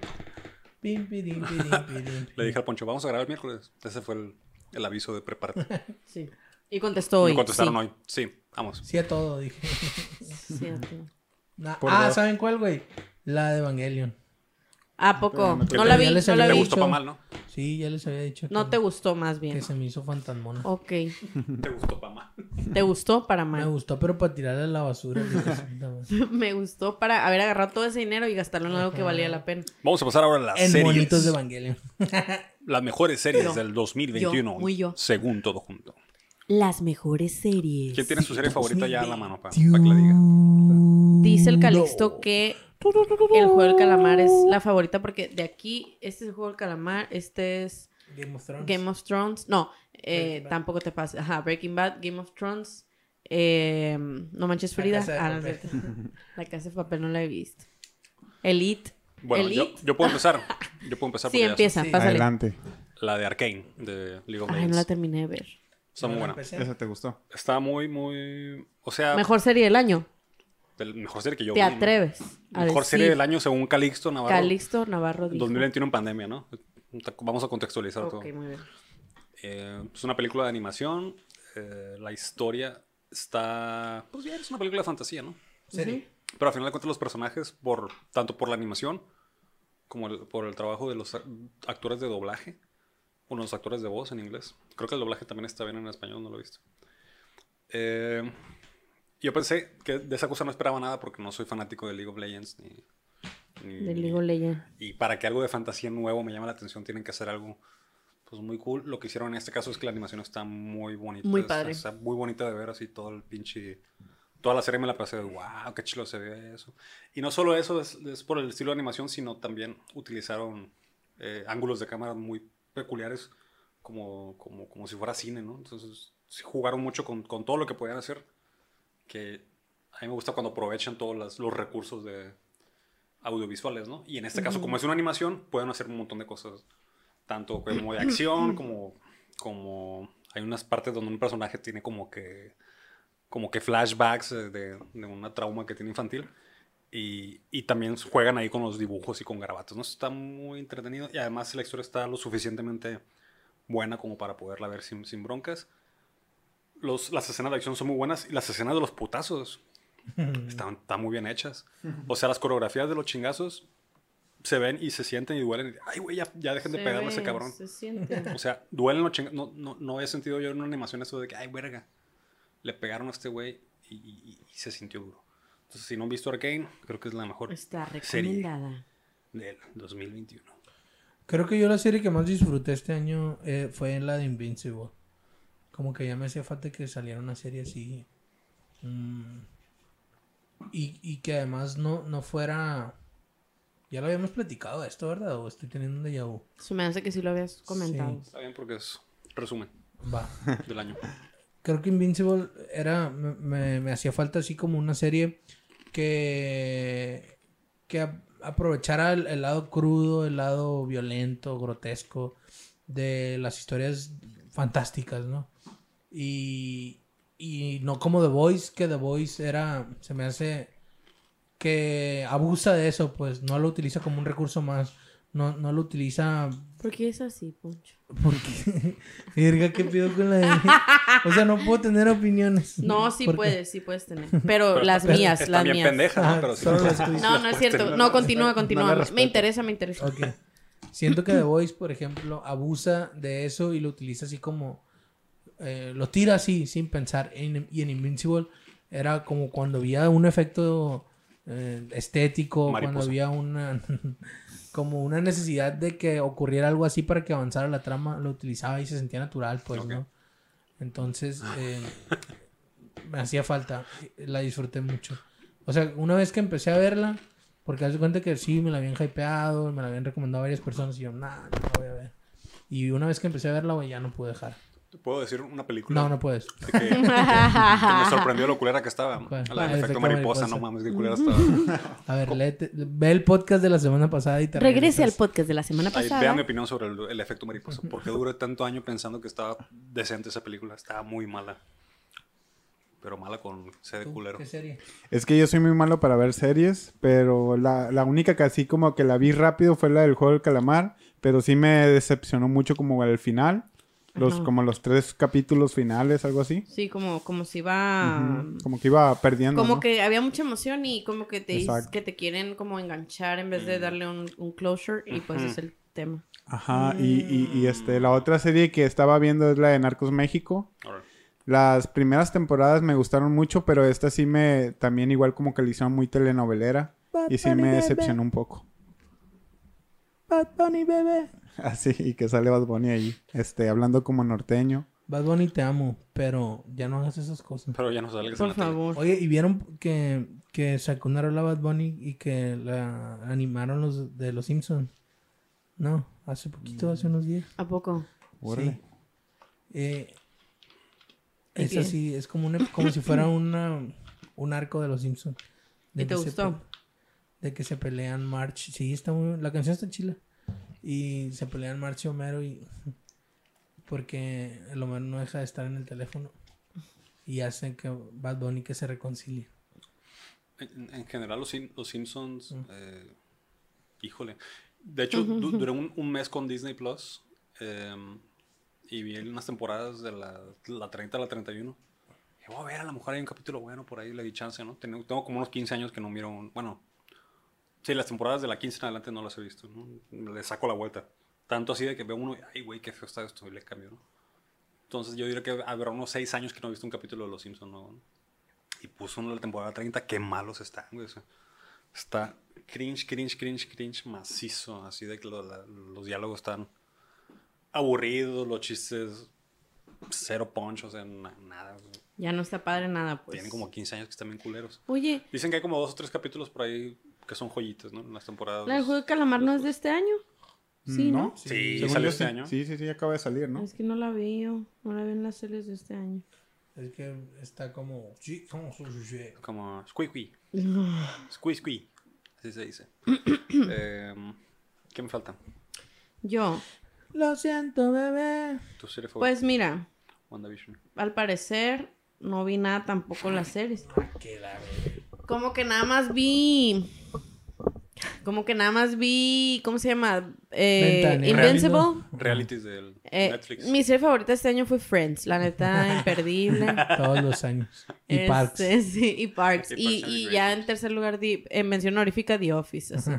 pirim, pirim,
(laughs)
pirim,
Le
pirim.
dije al Poncho, vamos a grabar el miércoles. Ese fue el, el aviso de prepararte.
Sí. Y contestó hoy.
Me contestaron
sí.
hoy. Sí, vamos.
Sí a todo, dije.
Sí, a todo.
Na-
Por
ah,
dos.
¿saben cuál, güey? La de Evangelion.
¿A poco?
Espérame,
No la
pero
vi,
ya les
no la
había
Te
vi.
gustó
dicho.
para mal, ¿no?
Sí, ya les había dicho.
No
que-
te gustó Oh, más bien.
Que se me hizo fantasmona.
Ok.
Te gustó para mal.
¿Te gustó para
Me
mal?
gustó, pero para tirarla a la basura. dije, "Santa
(laughs)
madre".
(laughs) Me gustó para haber agarrado todo ese dinero y gastarlo en algo que valía la pena.
Vamos a pasar ahora a las
en
series.
monitos
(laughs)
de Evangelion.
Las mejores series
Yo.
del 2021.
Yo, muy yo.
Según todo junto.
Las mejores series.
¿Quién tiene su serie favorita ya a la mano para que la diga?
Dice
Dice
el Calixto que el juego del calamar es la favorita porque de aquí, este es el juego del calamar, este es
Game of Thrones.
Game of Thrones. No, eh,
Breaking Bad.
tampoco te pasa. Ajá, Breaking Bad, Game of Thrones. eh, no manches
La
Frida.
Casa de
Ah, no es
Papel. (laughs)
cierto. La casa de papel no la he visto. Elite.
Bueno, yo,
Elite.
yo puedo empezar. Yo puedo empezar
Sí,
porque ya
empieza,
Sí.
pásale.
Adelante.
sé. La de Arkane, de League of
Ay, no la
Legends.
terminé de ver.
Está muy
Yo la
buena.
empecé.
Esa te gustó.
Está muy, muy... O sea,
Mejor serie del año.
de la mejor serie que Ah, yo
Te
vi, ¿no?
atreves. a
Mejor serie del año según Calixto Navarro.
Calixto Navarro dijo.
2021 en pandemia, ¿no? Vamos a contextualizar todo.
Ok, muy bien.
Eh, es una película de animación. eh, la historia está. Pues bien, es una película de fantasía, ¿no?
Serie.
Pero al final de cuentas, los personajes, por, tanto por la animación como el- por el trabajo de los a- actores de doblaje, o los actores de voz en inglés. Creo que el doblaje también está bien en español, no lo he visto. Eh, yo pensé que de esa cosa no esperaba nada porque no soy fanático de League of Legends ni. ni-
Del League of Legends.
y para que algo de fantasía nuevo me llame la atención, tienen que hacer algo pues muy cool. Lo que hicieron en este caso es que la animación está muy bonita.
Muy
está-
padre.
Está, muy bonita de ver así todo el pinche... Toda la serie me la pasé de wow, qué chilo se ve eso. Y no solo eso es, es por el estilo de animación, sino también utilizaron eh, ángulos de cámara muy peculiares, como, como, como si fuera cine, ¿no? Entonces, sí jugaron mucho con, con todo lo que podían hacer, que a mí me gusta cuando aprovechan todos las- los recursos de audiovisuales, ¿no? Y en este caso, como es una animación, pueden hacer un montón de cosas, tanto como de acción, como, como hay unas partes donde un personaje tiene como que, como que flashbacks eh, de, de una trauma que tiene infantil. Y, y también juegan ahí con los dibujos y con garabatos. ¿no? Está muy entretenido. Y además la historia está lo suficientemente buena como para poderla ver sin, sin broncas. Los, las escenas de acción son muy buenas. Y las escenas de los putazos están, están muy bien hechas. O sea, las coreografías de los chingazos se ven y se sienten y duelen. Ay, güey, ya, ya dejen de
Se
pegarle a
ve,
ese cabrón. (laughs)
Se siente.
O sea, duelen los chingados. No, no, no había sentido yo en una animación eso de que, ay, verga, le pegaron a este güey y, y- y se sintió duro. Entonces, si no han visto Arkane, creo que es la mejor
Está
serie
recomendada.
del 2021.
Creo que yo la serie que más disfruté este año eh, fue la de Invincible. Como que ya me hacía falta que saliera una serie así. mm, y, y que además no, no fuera... Ya lo habíamos platicado esto, ¿verdad? O estoy teniendo un déjà vu.
Se me hace que sí lo habías comentado.
Está bien porque es resumen
Va.
del año.
creo que Invincible era me, me- me hacía falta así como una serie que que a- aprovechara el, el lado crudo, el lado violento, grotesco de las historias fantásticas, ¿no? Y y no como The Voice, que The Voice era se me hace que abusa de eso, pues no lo utiliza como un recurso más, no, no lo utiliza
¿Por qué es así, Poncho?
porque, verga, ¿qué pido con la de O sea, no puedo tener opiniones.
No, sí
Porque-
puedes, sí puedes
(laughs)
tener. Pero (laughs) las
Pero
mías,
están
las
bien
mías.
pendejas,
Ah,
¿no? Pero sí.
solo las
(laughs)
tuyas.
No, no es cierto. No, continúa, continúa. me interesa, me interesa.
Ok. Siento que The Voice, por ejemplo, abusa de eso y lo utiliza así como. eh, lo tira así, sin pensar. En- y en Invincible era como cuando había un efecto eh, estético, cuando
Mariposa.
había una. como una necesidad de que ocurriera algo así para que avanzara la trama, lo utilizaba y se sentía natural, pues,
Ok.
¿no?
(laughs)
Entonces, eh, me hacía falta. eh, La disfruté mucho. O sea, una vez que empecé a verla, porque haz de cuenta que sí, me la habían hypeado, me la habían recomendado varias personas y yo, nah, no la voy a ver. Y una vez que empecé a verla, güey, ya no pude dejar.
¿Te ¿Puedo decir una película?
No, no puedes.
de Que, que me sorprendió lo culera que estaba.
(laughs) ¿Cuál?
La
Ah,
del efecto
efecto
mariposa,
mariposa.
no mames, qué culera estaba.
A ver, léete- ve el podcast de la semana pasada y te
Regrese al
regresas.
podcast de la semana
Ahí, vean mi
pasada.
opinión sobre el, el efecto mariposa. Porque duré tanto año pensando que estaba decente esa película. Estaba muy mala. Pero mala con C de
¿Tú?
culero.
¿Qué serie?
Es que yo soy muy malo para ver series, pero la, la única que así como que la vi rápido fue la del juego del calamar, pero sí me decepcionó mucho como al final, los,
Ajá.
como los tres capítulos finales, algo así.
Sí, como, como si va.
Ujú, Como que iba perdiendo.
Como
¿no?
que había mucha emoción y como que te dis-
Exacto.
que te quieren como enganchar en vez de darle un, un closure y pues
Ujú.
es el tema.
Ajá, y, y-
Mm.
y, este, la otra serie que estaba viendo es la de Narcos México.
Alright.
Las primeras temporadas me gustaron mucho, pero esta sí me también igual como que le hicieron muy telenovelera y sí me decepcionó un poco. (laughs) Así, Ah, y que sale Bad Bunny ahí, este, hablando como norteño.
Bad Bunny, te amo, pero ya no hagas esas cosas.
Pero ya no salgas en
Por
la tele.
favor.
Oye, ¿y vieron que, que sacó una rola Bad Bunny y que la animaron los de Los Simpsons? No, hace poquito, hace unos días.
¿A poco?
Órale.
Eh,
¿Y
es
qué?
así, es como, una- como si fuera una, un arco de los Simpsons.
¿Y te gustó?
de que se pelean March. Sí, está muy. La canción está chila. Y se pelean March y Homero y. (laughs) Porque el Homero no deja de estar en el teléfono. Y hacen que Bad Bunny que se reconcilie.
En, en general, los, Sim- los Simpsons. eh, híjole. De hecho, du- duré un, un mes con Disney Plus. em, y vi unas temporadas de la, la 30 a la 31. Y voy a ver, a lo mejor hay un capítulo bueno por ahí, le di chance, ¿no? Tengo, tengo como unos 15 años que no miro. un- bueno, sí, las temporadas de la 15 en adelante no las he visto, ¿no? Le saco la vuelta. Tanto así de que veo uno y, ay, güey, qué feo está esto, y le cambio, ¿no? Entonces yo diría que habrá unos 6 años que no he visto un capítulo de Los Simpsons, ¿no? Y puso uno la temporada 30, qué malos están, güey. o sea, está cringe, cringe, cringe, cringe, macizo. Así de que lo- la- los diálogos están aburridos, los chistes cero ponchos, o sea, na- nada. güey.
Ya no está padre nada, pues.
Tienen como 15 años que están bien culeros.
Oye,
Dicen que hay como dos o tres capítulos por ahí que son joyitas, ¿no? En las temporadas.
¿la del juego de calamar no es de este año? Sí, ¿no?
Sí,
Según
salió
yo,
este
sí.
año.
Sí, sí, sí, acaba de salir, ¿no?
Es que no la veo. No la veo en las series de este año.
Es que está como. Sí, como su- su- su-
Como
(laughs)
squeaky. Squeaky. Así se
(clears throat)
dice. Em, ¿Qué me falta?
Yo.
Lo siento, bebé.
Tu serie favorita.
Pues mira,
WandaVision.
al parecer no vi nada tampoco en las series.
Que Ah, la bebé.
Como que nada más vi. Como que nada más vi. ¿Cómo se llama? Eh,
Ventaneando.
Invincible.
Realities del
Eh,
Netflix.
mi serie favorita este año fue Friends,
(laughs)
la neta, imperdible.
Todos los años. Y
Este,
Parks.
(laughs) sí,
Y
y Parks. Y,
Parks and
y
Recreation.
ya en tercer lugar di, eh, mención honorífica The Office. así.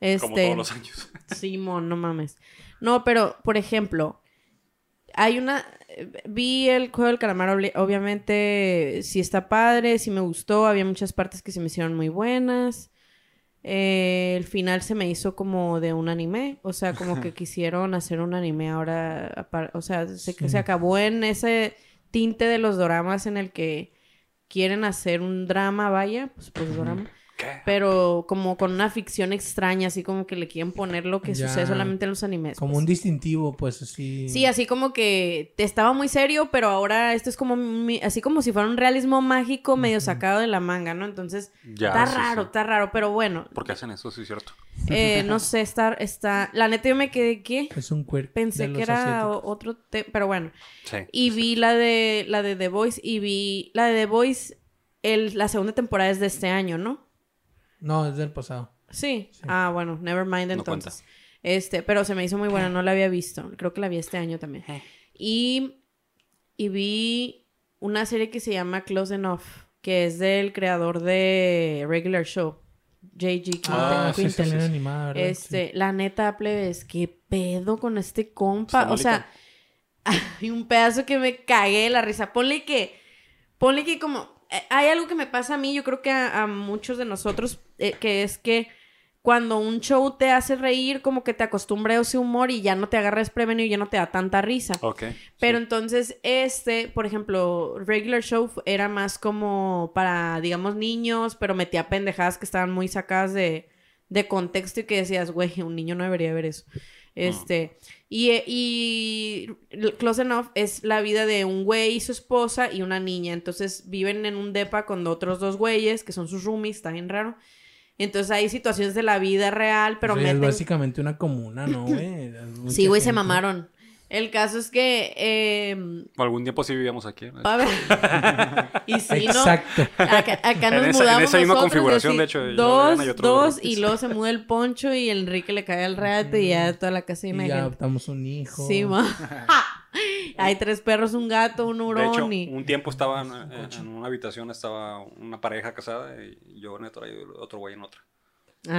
Este,
Como todos los
(laughs)
años.
Simón, no mames. No, pero, por ejemplo, hay una. eh, Vi el juego del calamar, obli- obviamente, sí está padre, sí me gustó. Había muchas partes que se me hicieron muy buenas. Eh, el final se me hizo como de un anime. O sea, como que quisieron hacer un anime ahora. apar- O sea, se,
Sí.
se acabó en ese tinte de los doramas en el que quieren hacer un drama, vaya, pues, pues drama
¿Qué?
pero como con una ficción extraña, así como que le quieren poner lo que
Ya.
sucede solamente en los animes.
Como
pues.
un distintivo, pues así.
Sí, así como que te estaba muy serio, pero ahora esto es como mi- así como si fuera un realismo mágico medio sacado de la manga, ¿no? Entonces,
Ya,
está
sí, sí.
raro, está raro, pero bueno,
¿Por qué hacen eso? Sí, es cierto.
eh,
(laughs)
no sé, está, está, la neta yo me quedé, ¿qué?
Es un quirk. de
Pensé
los
que era
asiáticos.
o- otro tema, pero bueno,
Sí.
y vi la de la de The Voice y vi la de The Voice, el, la segunda temporada es de este año, ¿no?
No, es del pasado.
Sí. Ah, bueno, never mind
No
entonces. este, pero se me hizo muy buena, no la había visto. Creo que la vi este año también. Y, y vi una serie que se llama Close Enough, que es del creador de Regular Show, J.G.
Ah,
Quintel.
sí,
sí, sí,
sí,
sí.
animada, ¿verdad?
este, la neta, plebes, qué pedo con este compa.
Está
o sea, (laughs) hay un pedazo que me cagué de la risa. Ponle que, ponle que como, eh, hay algo que me pasa a mí, yo creo que a, a muchos de nosotros, eh, que es que cuando un show te hace reír, como que te acostumbra a ese humor y ya no te agarras prevenio y ya no te da tanta risa.
Ok.
Pero entonces este, por ejemplo, Regular Show fu- era más como para, digamos, niños, pero metía pendejadas que estaban muy sacadas de, de contexto y que decías, güey, un niño no debería ver eso.
Ah.
Este, y, eh, y L- Close Enough es la vida de un güey y su esposa y una niña. Entonces viven en un depa con otros dos güeyes que son sus roomies, está bien raro. Entonces hay situaciones de la vida real, pero
O sea, Es
meten
básicamente una comuna,
(coughs)
¿no, güey? Es mucha
Sí, güey, se
gente.
mamaron. El caso es que... em,
Algún tiempo sí vivíamos aquí. ¿eh?
a ver.
(laughs)
y si no,
Exacto.
acá, acá
En
nos
esa- en
mudamos.
esa misma
nosotros,
configuración,
así,
de hecho, yo
Dos,
Adriana y otro
dos,
Roberto.
y luego se muda el poncho y el Enrique le cae al rato y ya toda la casa
Y
llena de
ya
gente.
adoptamos un hijo.
(laughs)
Sí, ma. Hay tres perros, un gato, un
De hecho,
hurón y.
un tiempo estaba en, en- en una habitación, estaba una pareja casada y yo en otra y otro güey en otra.
Ay,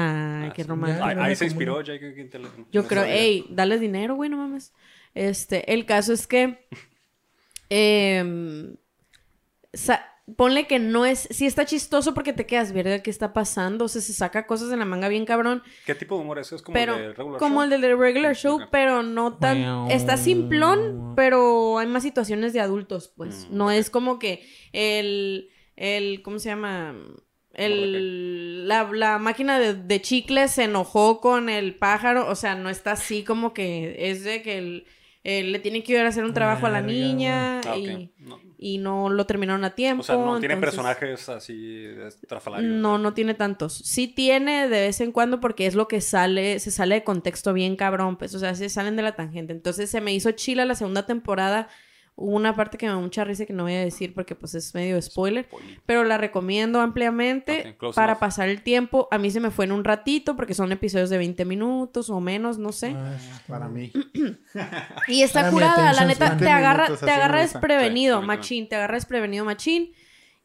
Ah,
qué
sí.
romántico.
Ahí,
era
ahí se
común.
inspiró Jake Quintel. en
Yo
esa
creo,
idea.
ey, dale dinero, güey, no mames. Este, el caso es que. em, sa- ponle que no es. Sí está chistoso porque te quedas, verga, ¿qué está pasando? O sea, se saca cosas de la manga bien cabrón.
¿Qué tipo de humor es? ¿Es como
pero.
el de regular
como
Show?
el del regular show,
Ok.
pero no tan.
Miau.
Está simplón, pero hay más situaciones de adultos, pues.
Mm,
no es como que el. el ¿Cómo se llama? El, la, la máquina de, de chicles se enojó con el pájaro. O sea, no está así como que es de que el, el- le tiene que ir a hacer un trabajo a la
Verga,
niña
Ah, ok.
y,
No.
y no lo terminaron a tiempo.
O sea, no tiene
entonces-
personajes así de- estrafalarios.
no, no tiene tantos. Sí tiene de vez en cuando porque es lo que sale, se sale de contexto bien cabrón, pues, o sea, se salen de la tangente. Entonces se me hizo chila la segunda temporada. Hubo una parte que me da mucha risa que no voy a decir porque pues es medio spoiler, pero la recomiendo ampliamente
Ok, close
para
enough.
pasar el tiempo. A mí se me fue en un ratito porque son episodios de 20 minutos o menos, no sé.
Ah,
Para mí.
Y está
Ahora mi
curada, la
atención
neta,
span.
te
20
agarra,
minutos,
te
así
agarra
me gusta.
Sí, a
desprevenido,
mí también.
machín, te agarra desprevenido, machín.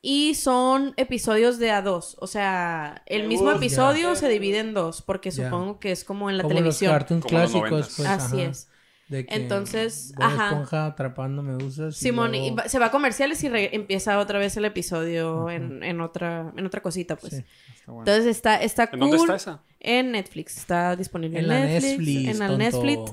Y son episodios de a dos, o sea, el mismo episodio se divide en dos, porque
Ya.
supongo que es como en la
como los
televisión.
cartoons
Como los
clásicos,
noventas.
pues.
Así
ajá.
es.
De que
Entonces,
Bob
ajá.
Esponja atrapando medusas. y
Simón y
luego-
va- se va a comerciales y re- empieza otra vez el episodio en, en otra en otra cosita, pues.
Sí.
Está bueno.
Entonces está está
¿En dónde
cool
está esa?
en Netflix, está disponible
En la Netflix.
en la
tonto.
Netflix.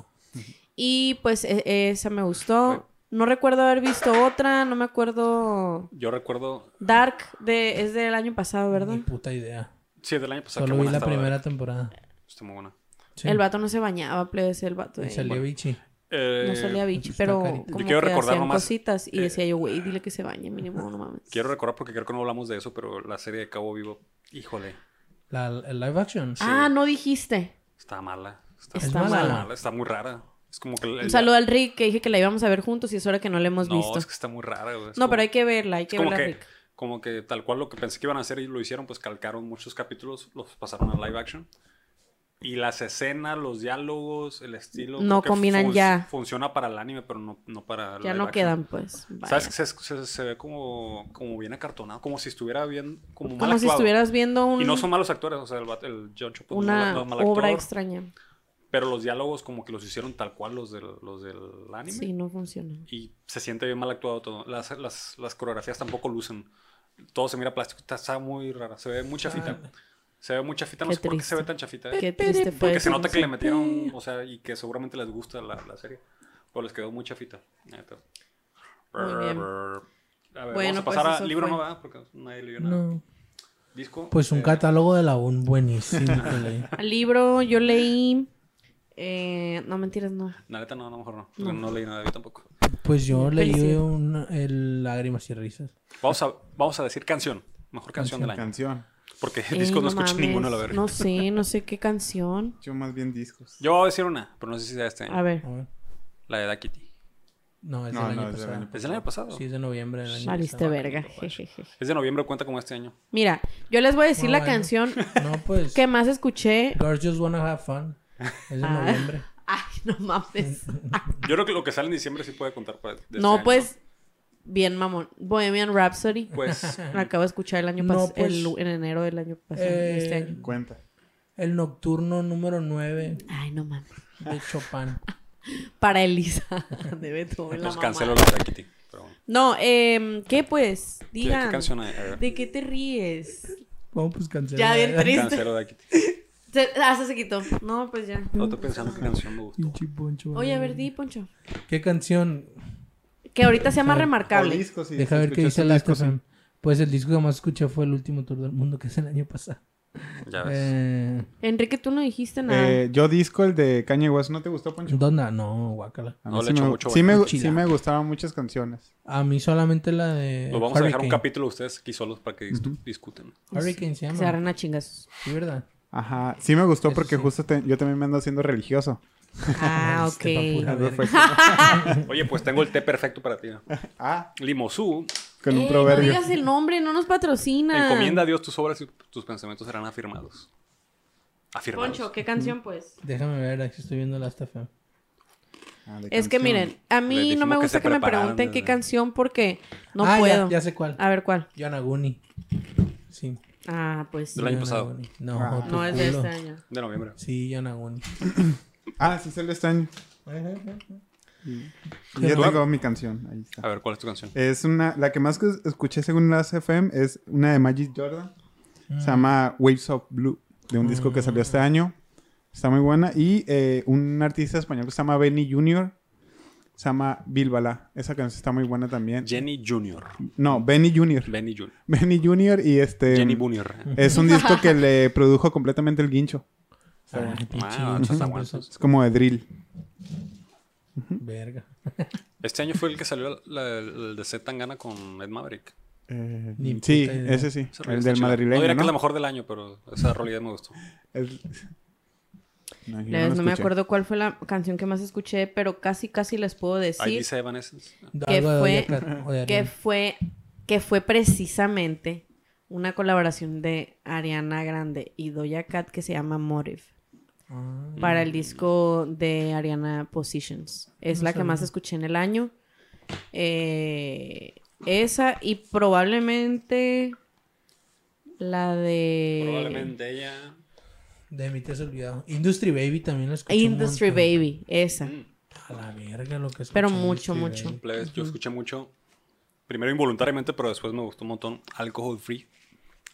Y pues e- esa me gustó. No recuerdo haber visto otra, no me acuerdo.
Yo recuerdo.
Dark de, es del año pasado, ¿verdad?
Ni puta idea.
Sí, del año pasado.
Solo
qué
vi
buena
la
estaba,
primera temporada.
Está muy buena.
Sí.
El vato no se bañaba, plebes, el vato.
Y
eh,
salió bichi.
Eh,
No salía bichi,
está
pero
carita.
como
Yo quiero
que
recordar
hacían
nomás,
cositas. Y
eh,
decía yo, güey, dile que se bañe, mínimo, no mames.
Quiero recordar porque creo que no hablamos de eso, pero la serie de Cabo Vivo, híjole,
La, el live action.
Ah, no dijiste.
está mala. Está,
Está
muy
mala.
está muy rara. Es como que.
Un saludo al Rick, que dije que la íbamos a ver juntos y es hora que no la hemos
No,
visto.
es que está muy rara. güey. Es
No,
como-
pero hay que verla, hay que
como
verla,
que,
Rick.
como que tal cual lo que pensé que iban a hacer y lo hicieron, pues calcaron muchos capítulos, los pasaron a live action. Y las escenas, los diálogos, el estilo. creo
No
que
combinan ya.
Funciona para el anime, pero no, no para.
Ya
live
no
action.
quedan, pues. vaya.
¿Sabes? Se, se, se ve como, como bien acartonado, como si estuviera bien. Como, mal
Como si
actuado.
estuvieras viendo un-
Y no son malos actores, o sea, el, vato- el John Cho, pues, no
una
es mal- no es mal actor,
obra extraña.
Pero los diálogos, como que los hicieron tal cual los del, los del anime. Eh,
Sí, no funciona.
Y se siente bien mal actuado todo. Las, las, las coreografías tampoco lucen. Todo se mira plástico. Está, está muy rara. Se ve muy chafita. Se ve muy chafita. No
Ah. Qué
sé por qué se ve
triste.
tan chafita. ¿eh?
Qué triste fue.
Porque se
eso,
nota
no
que le
sé.
metieron, o sea, y que seguramente les gusta la, la serie. O les quedó muy chafita. neta.
Muy bien.
A ver, vamos
Bueno,
a pasar
pues
a
eso
libro
fue.
no va, porque nadie leyó nada.
No.
Disco.
Pues un
eh,
catálogo de la UN buenísimo que leí.
Al libro yo leí... eh, no, mentiras, no.
La neta no, a lo mejor no. porque No, leí nada yo tampoco.
Pues yo
Qué
leí
felicidad.
un, el Lágrimas y Risas.
Vamos a, vamos a decir canción. Mejor canción, del año.
Canción.
Porque
Eh,
(laughs) discos no, escuché
mames,
ninguno, la verdad.
No sé, no sé qué canción.
Yo más bien discos.
Yo voy a decir una, pero no sé si sea este año.
A ver,
A ver.
La de Da Kitty.
No, es
No,
del
no,
año
es del
pasado.
año
¿Es del año pasado?
Sí, es de noviembre del año
maliste
pasado.
verga. jejeje.
Es de noviembre, cuenta como este año.
Mira, yo les voy a decir
Ah,
la
bueno.
canción
No, pues.
que más escuché.
Girls Just Wanna Have Fun. Es de
Ah.
noviembre.
Ay, no mames.
Yo creo que lo que sale en diciembre sí puede contar para. de este
no,
año,
pues, bien mamón. Bohemian Rhapsody.
¿no?
(laughs)
Pues.
La acabo de escuchar el año
No,
pasado,
pues,
en enero del año pasado.
eh,
este año.
Cuenta.
El nocturno número 9
Ay, no mames. (laughs)
de Chopin.
Para Elisa (laughs) de Beethoven. La
Entonces
mamá.
cancelo la de Da Kitty. Pero bueno.
No, eh, ¿qué pues?
¿Qué,
Digan.
qué canción hay? A ver.
¿De qué te ríes?
Vamos, pues cancelar.
Ya bien triste.
Cancelo Da Kitty.
Se- ah, se, se quitó. No, pues ya.
No estoy pensando qué canción me gustó.
(laughs) Pinche Poncho,
Oye, a
vale.
ver, di, Poncho.
¿Qué canción?
Que ahorita se
O
llama
O
Remarcable.
discos, sí,
Deja
si
ver qué dice
escuchaste
la
discos,
FM. Pues el disco que más escuché fue El último tour del mundo, que es el año pasado.
Ya ves.
Eh,
Enrique, tú no dijiste
sí.
nada.
Eh, yo disco, el de Kanye West, ¿no te gustó, Poncho?
¿Dónde? Ah, No, guácala.
A mí
No le
sí,
echo
me,
mucho
sí, me,
valor.
sí
Chila.
me gustaban muchas canciones.
A mí solamente la de.
Los Pues vamos a dejar un
Hurricane.
capítulo ustedes aquí solos para que dis- discutan.
Hurricane se
Que
llama.
se agarran a chingazos.
Sí, ¿verdad?
Ajá, sí me gustó
Eso
porque
sí.
justo te- yo también me ando haciendo religioso.
(laughs)
Ah,
Este,
ok.
pa' pura verga.
Oye, pues tengo el té perfecto para
(laughs)
ti. ¿no?
Ah,
Limosú
con un
Ey, Eh, no
proverbio.
digas el nombre, no nos patrocina.
encomienda a Dios tus obras y tus pensamientos serán afirmados. Afirmados.
Poncho, ¿qué canción pues?
Déjame ver, aquí estoy viendo la estafa.
Ah, de
Es que
canción.
miren, a
Les
mí no
dijimos
me
que
gusta
se
que, me
prepararan
pregunten qué
desde-
canción porque no
ah, ya-
puedo.
Ya, sé cuál.
A ver cuál.
Yonaguni. Sí.
Ah, pues sí.
Del año pasado.
Yonaguni. No,
Ah.
tu
No es de
culo.
este año.
De noviembre.
Sí, Yonaguni. Ah,
Ah, sí, salió este año. Y
Qué
Yo
raro.
tengo mi canción, ahí está.
A ver, ¿cuál es tu canción?
Es una, la que más que escuché según las FM es una de Magic Jordan. Se llama Waves of Blue, de un disco que salió este año. Está muy buena. Y eh, un artista español que se llama Benny Jr. Se llama Bilbala. Esa canción está muy buena también.
Jenny Junior.
no, Benny Jr.
Benny Junior.
Benny Jr. y este...
Jenny Junior.
es un disco
(laughs)
que le produjo completamente el guincho.
Ah, pinche
Ah,
(laughs)
guincho,
chas
siempre
aguantos.
Es como de drill.
son- Verga.
Este año fue el que salió la- el de Z Tangana con Ed Maverick.
Eh,
Ni
sí,
puta idea.
ese sí.
Esa rola
El
está
del
chida. No
madrileño,
diría
¿no?
que es la mejor del año, pero esa realidad me gustó.
Es- No, yo
La vez
lo
no, me
escuché.
acuerdo cuál fue la canción que más escuché, pero casi casi les puedo
Ahí
decir
dice Evanescence.
Que
Algo de
fue-
Doña Cla- o de
que
Ariana.
fue que fue precisamente una colaboración de Ariana Grande y Doja Cat que se llama Motive
Ah,
para
Mm.
el disco de Ariana Positions. Es
No
la que
sabía.
más escuché en el año. Eh, esa y probablemente la de
Probablemente ella.
De mí te has olvidado. Industry Baby también la escuché. un
Industry
montón.
Baby, esa.
Mm.
A la verga lo que escuché.
Pero
de
mucho,
Industry
mucho.
Baby.
plebes, Yo escuché mucho. Primero involuntariamente, pero después me gustó un montón. Alcohol Free.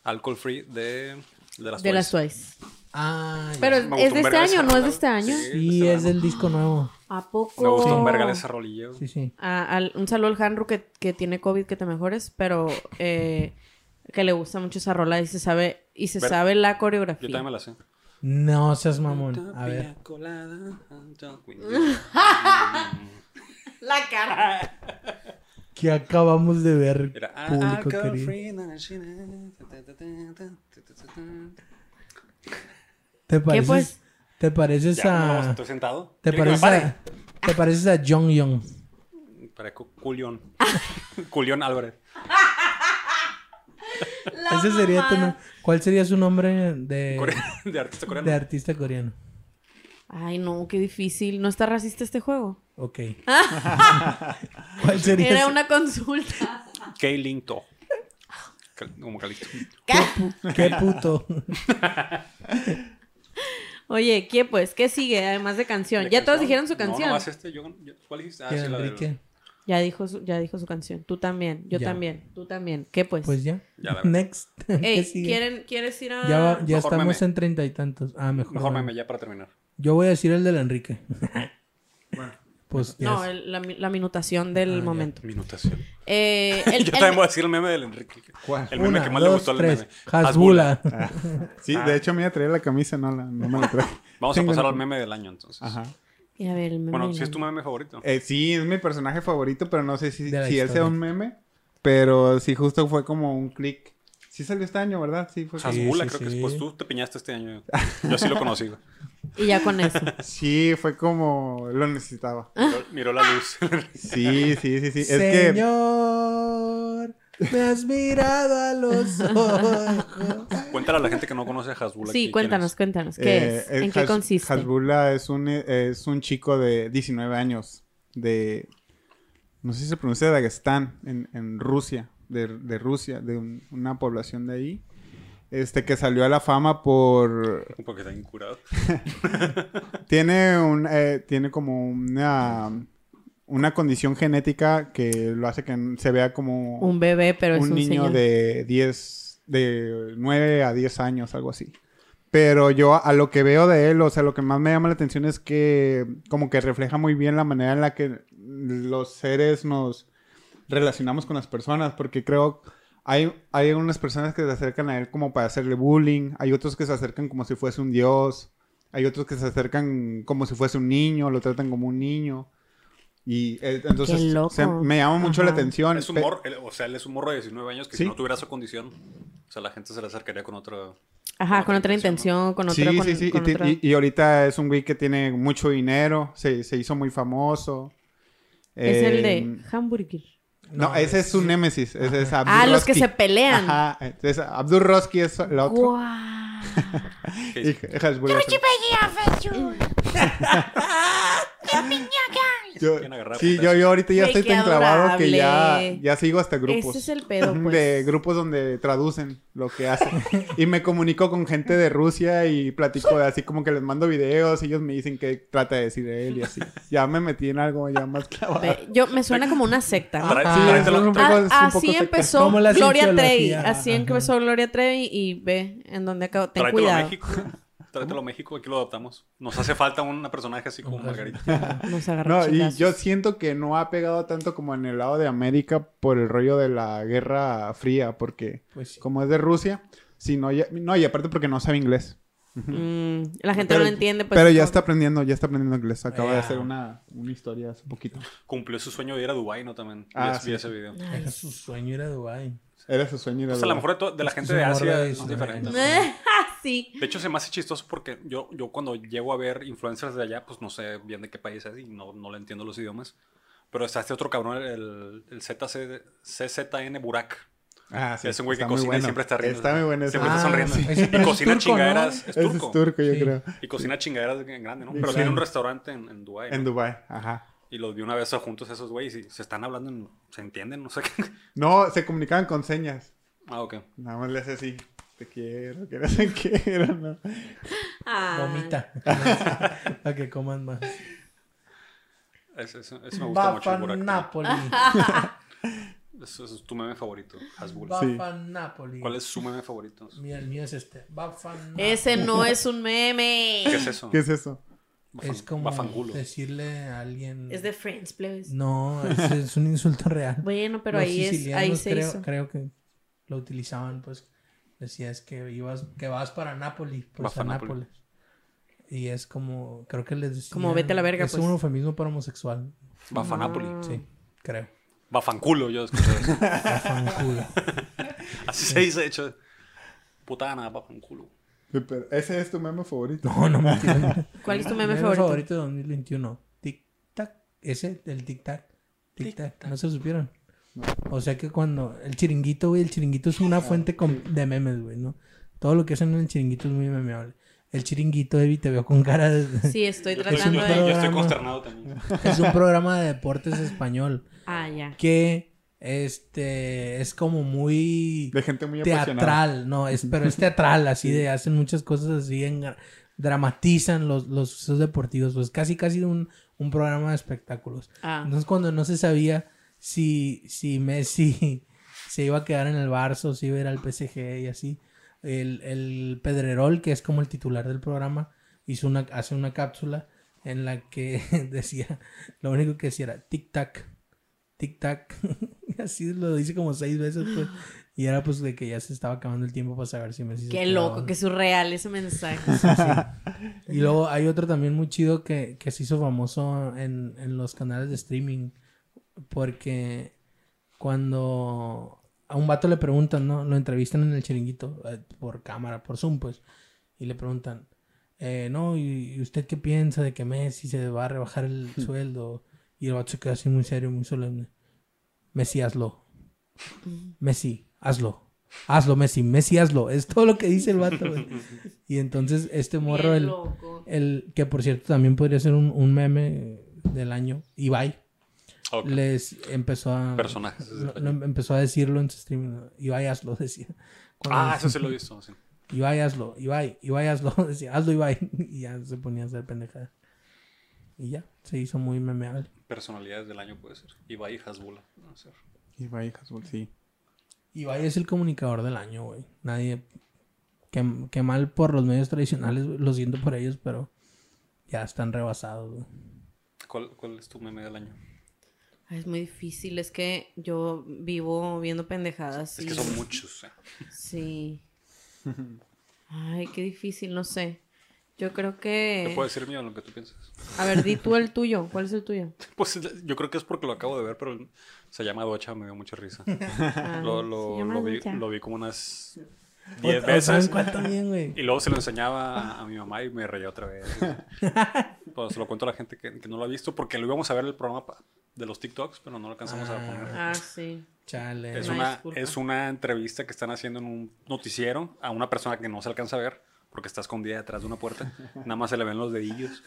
Alcohol Free de, de las
De las
Twice.
Twice.
Ah, ya.
Pero
Me gustó
es de
un
este
verga esa
año, ¿no es
rola.
de este año?
Sí,
Sí,
este
es del disco nuevo.
¿A
Me gustó
poco?
un verga de esa rolilla.
Sí, sí.
A- al- un saludo al Hanru que, que tiene COVID, que te mejores, pero eh, que le gusta mucho esa rola y se sabe, y se
Ver-
sabe la
Yo
coreografía.
también me la sé.
No seas mamón. A ver.
Tapia colada, Anton (laughs) Quinn.
La cara.
¿Qué acabamos de ver,
Era "Ah, ah,
público querido?
girlfriend, ah, she- ta, ta, ta, ta, ta, ta, ta, ta".
¿Te pareces,
pues?
¿Te pareces
Ya, ¿cómo vamos?
a...?
estoy sentado.
¿Te
¿Quiere que me
pareces
pare?
a...? ¿Te pareces a Jong Young?
Para cu- Culión. (laughs) Culión Álvarez.
Ese sería tu no- ¿Cuál sería su nombre
Core- (laughs)
de,
De artista
Eh, de
coreano.
artista coreano?
Ay, no, qué difícil. No está racista este juego. (laughs)
Ok. (laughs) ¿Cuál sería
Era
su-
una consulta.
K-Link To. Cal- Como
(laughs)
Calixto.
(laughs) ¿Qué puto?
Oye, ¿qué pues? ¿Qué sigue además de canción?
De
ya todos
canción.
dijeron su
No,
canción.
nomás este, yo- yo- ¿Cuál dijiste? Ah, sí, la del-
Enrique?
Ya dijo su, ya dijo su canción. Tú también, yo
Ya.
también, tú también. ¿Qué pues?
Pues ya. (laughs)
Ya, la verdad.
Next. ¿Qué
Ey,
sigue?
¿quieren, ¿quieres ir a
Ya, va- ya
Mejor
estamos
meme.
en treinta y tantos. Ah, mejor.
Mejor
meme.
meme ya para terminar.
Yo voy a decir el del Enrique. (laughs) Pues ya.
No,
es- Ah,
el- la, mi- la minutación del momento.
Minutación.
Eh, el-
(laughs) Yo
el-
también voy a decir el meme del Enrique.
¿Cuál?
El meme
Una,
que más le
dos,
gustó al
tres.
meme.
Hasbula.
Sí, de hecho me iba a traer la camisa, no, la, no me la traje.
Ah. (laughs) Vamos a
Tengo-
pasar al meme del año entonces.
Ajá.
Y a ver, el meme
Bueno,
del
si es tu
año.
meme favorito.
Eh, sí, es mi personaje favorito, pero no sé si,
De la
si él sea
historia.
un meme. Pero sí, justo fue como un clic. Sí salió este año, ¿verdad? Sí, fue.
Sí.
Hasbula, creo que
sí.
después tú te piñaste este año. Yo sí lo conocí.
(laughs)
güey.
Y ya con eso.
Sí, fue como lo necesitaba.
Miró, miró la luz. (laughs)
Sí, sí, sí, sí. Es que
Señor, me has mirado a
(laughs)
los ojos.
Cuéntale a la gente que no conoce a Hasbula.
Sí,
que- quién
cuéntanos,
es.
cuéntanos. ¿Qué
eh,
es? ¿En
es
qué
Has-
consiste?
Hasbula es un eh, es un chico de 19 años de no sé si se pronuncia de Dagestán en, en Rusia, de, de Rusia, de un- una población de ahí. Este que salió a la fama por
Porque está incurado.
Tiene un eh, tiene como una una condición genética que lo hace que se vea como
Un bebé, pero es
un
un
niño
señor.
de 10 de 9 a 10 años, algo así. Pero yo a lo que veo de él, o sea, lo que más me llama la atención es que como que refleja muy bien la manera en la que los seres nos relacionamos con las personas, porque creo hay, hay unas personas que se acercan a él como para hacerle bullying, hay otros que se acercan como si fuese un dios, hay otros que se acercan como si fuese un niño, lo tratan como un niño. Y eh, entonces
Qué loco.
se- me llama mucho la
Ajá.
atención.
Es un
pe-
morro, él- o sea, él es un morro de 19 años que
Sí.
si no tuviera esa condición, o sea, la gente se le acercaría con otra.
Ajá, con otra intención, con
Sí,
otra. con-
sí, sí.
con
y, ti-
otra-
y- y ahorita es un güey que tiene mucho dinero, se, se hizo muy famoso.
Es el
Eh,
de Hamburger.
No, ese es su némesis. Ese es Abdul
Ah, los que
Roski.
se pelean.
Ajá. es- Abdul Roski es la otra.
¡Guau!
Y Hasbula es el- (laughs) Yo-
Bien agarrado,
sí, yo,
putazo.
yo ahorita ya
Güey,
estoy
qué
tan clavado que ya,
adorable.
ya sigo hasta grupos.
Ese es el pedo, pues.
(laughs) De grupos donde traducen lo que hacen. y me comunico con gente de Rusia y platico de así como que les mando videos y ellos me dicen qué trata de decir él y así. Ya me metí en algo ya más clavado.
Ve- Yo, me suena como una secta. ¿no?
Trae-
Ajá.
tráetelo-
Sí, eso es
un poco-
Ah,
es un poco
así
secta.
empezó
Como la
Gloria Trevi.
cienciología.
Así
Ajá.
empezó Gloria Trevi y ve en dónde acabó. Ten
tráetelo a
cuidado.
México. Tráetelo a México, aquí lo adaptamos. Nos hace falta un personaje así como Margarita.
Nos agarró
No, y
chingazos.
yo siento que no ha pegado tanto como en el lado de América por el rollo de la Guerra Fría, porque
Pues sí.
como es de Rusia, sí, no, ya- no, y aparte porque no sabe inglés. (laughs)
Mm, la gente no lo entiende, pues.
Pero
es
ya
como-
está aprendiendo, ya está aprendiendo inglés. Acaba de
Ya.
hacer una, una historia hace poquito.
Cumplió su sueño de ir a Dubái, ¿no? También. Vi
Ah,
ese- vi
sí.
ese video.
Era su sueño ir a Dubái.
Era su sueño. ir
O
a
sea, Pues a lo
Dubái.
mejor de, to- de la
Es que
gente
es
de
un morro
Asia
de
es
19
diferente.
años.
"Ah, sí.
De hecho, se me hace chistoso porque yo, yo cuando llego a ver influencers de allá, pues no sé bien de qué país es y no, no le entiendo los idiomas. Pero está este otro cabrón, el, el ZC, CZN Burak.
Ah, sí,
es un güey que
está muy
cocina y
bueno.
siempre está riendo.
Está muy bueno ese. Ah,
Siempre
Ah,
está sonriendo.
sí. Ese
Y
es turco,
cocina
¿no?
chingaderas. Es
Ese
turco.
es turco, yo
Sí.
creo.
Y cocina chingaderas en grande, ¿no?
Sí,
Pero
claro.
tiene un restaurante en, en Dubái.
En
¿no?
Dubai, ajá.
Y los vi una vez juntos esos güeyes y se están hablando, en- se entienden, no sé qué.
No, se comunicaban con señas.
Ah, ok.
Nada más le hace así. Te quiero, que no sé qué (laughs) era, ¿no?
Ah.
(laughs)
Vomita. (laughs) Para que coman más.
Ese, ese- ese me gusta
Va
mucho.
pa'
el Burak.
Napoli.
(laughs)
Ese es tu meme favorito, Hasbula.
Va
Sí.
pa' Napoli.
¿Cuál es su meme favorito?
Mira, el mío es este. Va pa' Napoli.
Ese no es un meme.
¿Qué es eso?
¿Qué es eso?
Bafan-
Es como
Bafangulo.
decirle a alguien.
Es de Friends, please.
No, es, es un insulto real.
Bueno, pero
Los
ahí es, ahí
sicilianos
se
creo,
hizo.
creo que lo utilizaban, pues. Decías que ibas, que vas para Nápoles, pues
Vas
a
pa' Nápoles.
Nápoles. Y es como, creo que les decía-
Como vete a la verga,
Es
pues. Mm.
un eufemismo para homosexual.
Bafanápoli.
Sí, creo.
Bafanculo, yo escuché eso.
Bafanculo.
(laughs) Así se dice, de hecho. Putana, bafanculo.
Pero ese es tu meme favorito. (laughs)
No, no mames.
¿Cuál es tu meme
Mi
favorito?
favorito de 2021. Tic tac. Ese, el tic tac. Tic tac. No Ah, se lo supieron. O sea que cuando el chiringuito, güey, el chiringuito es una fuente com- de memes, güey, ¿no? Todo lo que hacen en el chiringuito es muy memeable. El chiringuito, Evi, te veo con cara de...
(laughs) Sí, estoy
Yo estoy,
tratando
yo
de-
estoy
programa.
consternado también.
(laughs) Es un programa de deportes español
Ah, ya.
que este es como muy
De gente muy apasionada.
teatral, no, es, pero es teatral, así de hacen muchas cosas así, en, dramatizan los, los sucesos deportivos, pues casi casi un, un programa de espectáculos.
Ah.
Entonces cuando no se sabía si, si Messi (laughs) se iba a quedar en el Barça o si iba a ir al PSG y así, el, el Pedrerol, que es como el titular del programa, hizo una, hace una cápsula en la que (laughs) decía, lo único que decía era tic-tac, tic-tac, y (laughs) así lo dice como seis veces, pues, y era pues de que ya se estaba acabando el tiempo para saber si Messi se
Qué
quedaba o
loco,
no.
qué surreal ese mensaje.
(laughs) Y luego hay otro también muy chido que, que se hizo famoso en, en los canales de streaming. Porque cuando a un vato le preguntan, ¿no? Lo entrevistan en el chiringuito, eh, por cámara, por Zoom, pues. Y le preguntan, eh, ¿no? ¿Y y usted qué piensa de que Messi se va a rebajar el sueldo? Y el vato se queda así muy serio, muy solemne. Messi, hazlo. Messi, hazlo. Hazlo, Messi. Messi, hazlo. Es todo lo que dice el vato, güey. Y entonces este morro,
Qué
el,
loco.
el que por cierto también podría ser un, un meme del año, Ibai,
Ok.
les empezó a...
Personajes.
lo- lo empezó a decirlo en su streaming. ¿no? Ibai, hazlo, (laughs) decía. Cuando
Ah,
decía,
eso sí lo he visto. sí.
Ibai, hazlo, Ibai, Ibai, hazlo, (laughs) decía, hazlo, Ibai. Y ya se ponía a hacer pendejada. Y ya, se hizo muy memeable.
Personalidades del año puede ser. Ibai y Hasbula. No sé.
Y va, hijas, sí.
Ibai es el comunicador del año, güey. Nadie... Qué, qué mal por los medios tradicionales, güey, lo siento por ellos, pero ya están rebasados, güey.
¿Cuál, ¿Cuál es tu meme del año?
Ay, Es muy difícil, es que yo vivo viendo pendejadas.
Es
y-
que son muchos. eh.
(laughs)
Sí. Ay, qué difícil, no sé. Yo creo que...
¿Te puedo decir mío lo que tú piensas? (laughs)
A ver, di tú el tuyo. ¿Cuál es el tuyo?
Pues yo creo que es porque lo acabo de ver, pero se llama Docha, me dio mucha risa.
(laughs) Ah,
Lo,
se
lo,
llama
lo vi,
Lucha.
lo vi como unas 10
¿Saben
veces.
cuál también, güey?
(laughs) Y luego se lo enseñaba a, a mi mamá y me reía otra
(laughs)
vez. Pues se lo cuento a la gente que, que no lo ha visto porque lo íbamos a ver en el programa pa- de los TikToks, pero no lo alcanzamos a
Ah.
poner.
Ah, sí.
Chale.
Es
Una
una,
disculpa.
es una entrevista que están haciendo en un noticiero a una persona que no se alcanza a ver porque está escondida detrás de una puerta. Nada más se le ven los dedillos.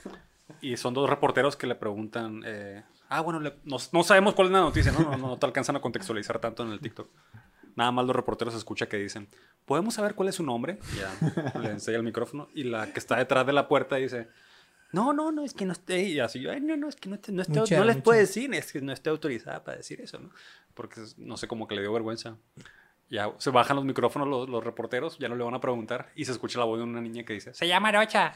Y son dos reporteros que le preguntan, eh, ah, bueno, le- no, no sabemos cuál es la noticia, ¿no? No, no, no te alcanzan a contextualizar tanto en el TikTok. Nada más los reporteros escucha que dicen, ¿podemos saber cuál es su nombre? Y Ya, le enseña el micrófono y la que está detrás de la puerta dice, no, no, no, es que no esté, y así, ay, no, no, es que no, esté- no, esté-
Mucha,
no les
mucha.
puede decir, es que no esté autorizada para decir eso, ¿no? Porque es- no sé, como que le dio vergüenza. Ya se bajan los micrófonos los, los reporteros, ya no le van a preguntar, y se escucha la voz de una niña que dice, se llama Rocha.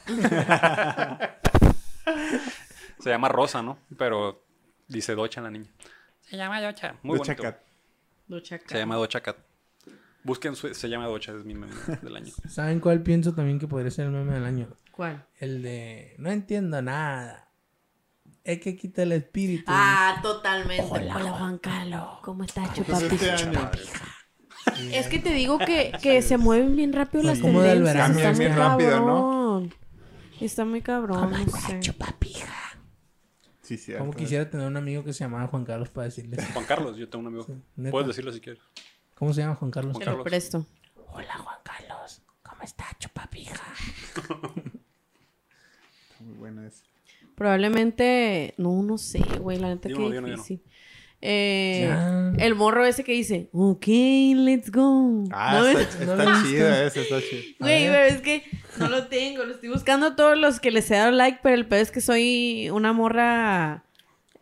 se llama Rosa, ¿no? Pero dice Docha la niña.
Se llama Yocha.
Muy
de
bonito.
Chacat.
Lucha
Se llama Docha Cat. Busquen, su- se llama Docha, es mi meme del año.
¿Saben cuál pienso también que podría ser el meme del año?
¿Cuál?
El de no entiendo nada. Es que quita el espíritu.
Ah, totalmente. Hola, Juan Carlos. ¿Cómo estás,
Este
chupapija?
año.
Es que te digo que, que se mueven bien rápido
Son
las
como del
tendencias.
verano,
Está muy
bien
rápido, ¿no?
cabrón. Está muy cabrón. No sé.
Sí, sí.
Como quisiera tener un amigo que se llamaba Juan Carlos para decirle.
Juan Carlos, yo tengo un (laughs) amigo.
neta.
Puedes decirlo si quieres.
¿Cómo se llama Juan Carlos?
Juan
Te
Carlos.
lo presto.
Hola Juan Carlos. ¿Cómo estás, chupapija?
Muy buena esa.
Probablemente. No, no sé, güey. La neta,
Yo
qué
no, yo no, yo no.
difícil. Eh,
Ya.
el morro ese que dice, ok, let's go.
Ah,
¿No (laughs) ves?
está, está chida esa, está chida.
Güey,
A
pero es que no lo tengo, lo estoy buscando a todos los que les he dado like, pero el peor es que soy una morra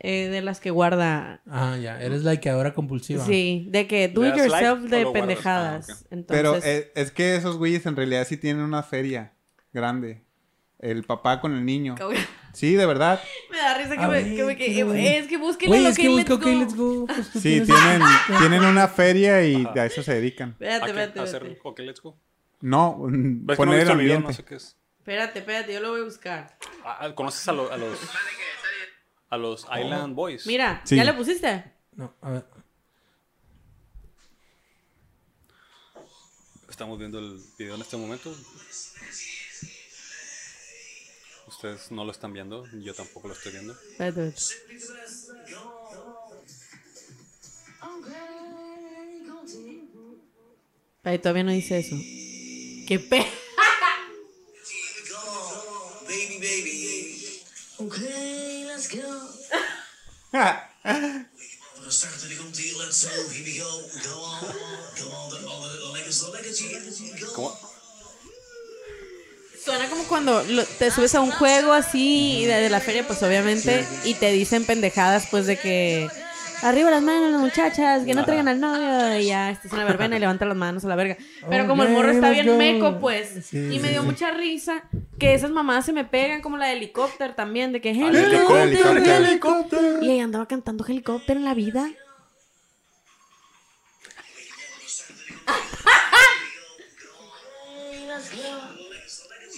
eh, de las que guarda.
Ah, ya. Eres la que ahora compulsiva.
Sí, de que do
¿Le
it
das like
yourself
o
de
lo guardas?
pendejadas.
Ah, ok.
Entonces,
Pero eh, es que esos güeyes en realidad sí tienen una feria grande. El papá con el niño.
cabrón,
Sí, de verdad.
me da risa que
A
me,
ver,
que me- que-
güey.
es que busquen
Güey,
lo
es que busca
let's
OK,
go.
let's
(laughs)
go. pues, tú
Sí,
tienes-
tienen, tienen una feria y a eso se dedican.
¿A
Espérate,
qué?
espérate,
¿A hacer
espérate.
ok, let's go?
No, mm,
¿Ves que no he
poner
visto
el
el video?
ambiente.
No sé qué es.
Espérate, espérate, yo lo voy a buscar.
Ah, ¿Conoces a, lo- a los. A los Island Boys?
Mira,
Sí.
¿ya le pusiste?
No, a ver.
Estamos viendo el video en este momento. Ustedes no lo están viendo, yo tampoco lo estoy viendo.
Espérate. Ay, todavía no dice eso. ¡Qué pe...
Okay, let's go.
(laughs)
We'll start to the complete, let's go. Here we go. Go on, go on, go on. The, all the legacy, the legacy, legacy, go.
¿Cómo?
Suena como cuando lo- te subes a un juego así y de, de la feria, pues obviamente, y te dicen pendejadas, pues de que arriba las manos las muchachas, que no traigan al novio, y ya, esta es una verbena y levanta las manos a la verga.
Oh,
Pero como el morro está
Ok, let's
bien
go.
meco, pues,
Sí,
y
sí,
me dio
sí.
mucha risa que esas mamás se me pegan, como la de helicóptero también, de que
Helicóptero,
helicóptero. Y ahí andaba cantando helicóptero en la vida.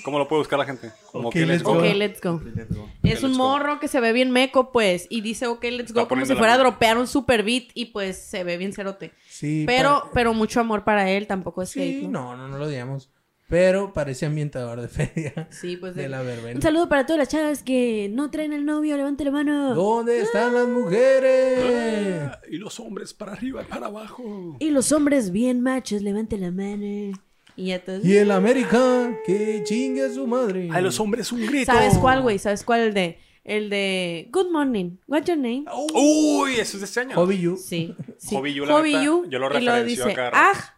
¿Cómo lo puede buscar la gente? Como
Ok,
que les
let's
go.
Ok,
Wow.
let's go.
Ok,
Es un
let's go.
morro que se ve bien meco, pues, y dice, ok, let's
Está
go, como
poniendo
si
la
fuera a
mano.
dropear un super beat, y pues se ve bien cerote.
Sí,
Pero,
pa-
pero mucho amor para él, tampoco es
Sí,
hate, ¿no?
no, no, no lo digamos. Pero parece ambientador de feria.
Sí, pues
de,
de-
la verbena.
Un saludo para todas las chavas que no traen al novio, levante la mano.
¿Dónde están las mujeres?
Ah, Y los hombres para arriba y para abajo.
Y los hombres bien machos, levante la mano. Y entonces.
Y el América, que chingue a su madre.
A los hombres un grito.
¿Sabes cuál, güey? ¿Sabes cuál? El de. El de. Good morning. What's your name?
Oh.
Uy, eso es de este año.
Hobby you.
Sí. sí.
Hobby you, la neta, yo lo
y
referencio a cada rato.
Ah,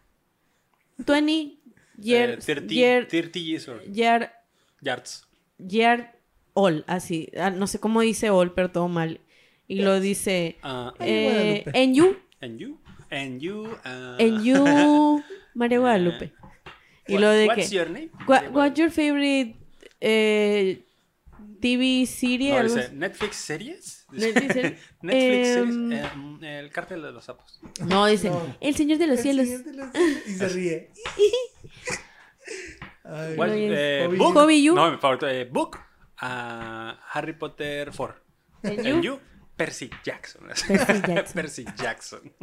20 year,
Eh, 30
year,
30 years or
year,
yards.
year all. Así. Ah, No sé cómo dice all, pero todo mal. Y lo dice.
Ah,
Eh,
Guadalupe.
and you.
and you. And you. ah,
And you,
(laughs)
María Guadalupe. Y lo de
What's
que,
your name?
"Wha- what's your favorite eh, TV serie?
No,
Algo
dice
así.
Netflix series.
Netflix series.
(laughs) Netflix series.
Em,
eh, mm, el cártel de los sapos.
No, dice,
No.
el señor de los cielos.
Y se
(laughs)
ríe. Ay,
What,
Oye,
eh,
Hobby
book.
you. Hobby you.
No, mi favorito. eh, book. ah, Harry Potter 4.
And (laughs)
And
you. Pues
you. Percy Jackson. (laughs)
Percy Jackson.
Percy Jackson.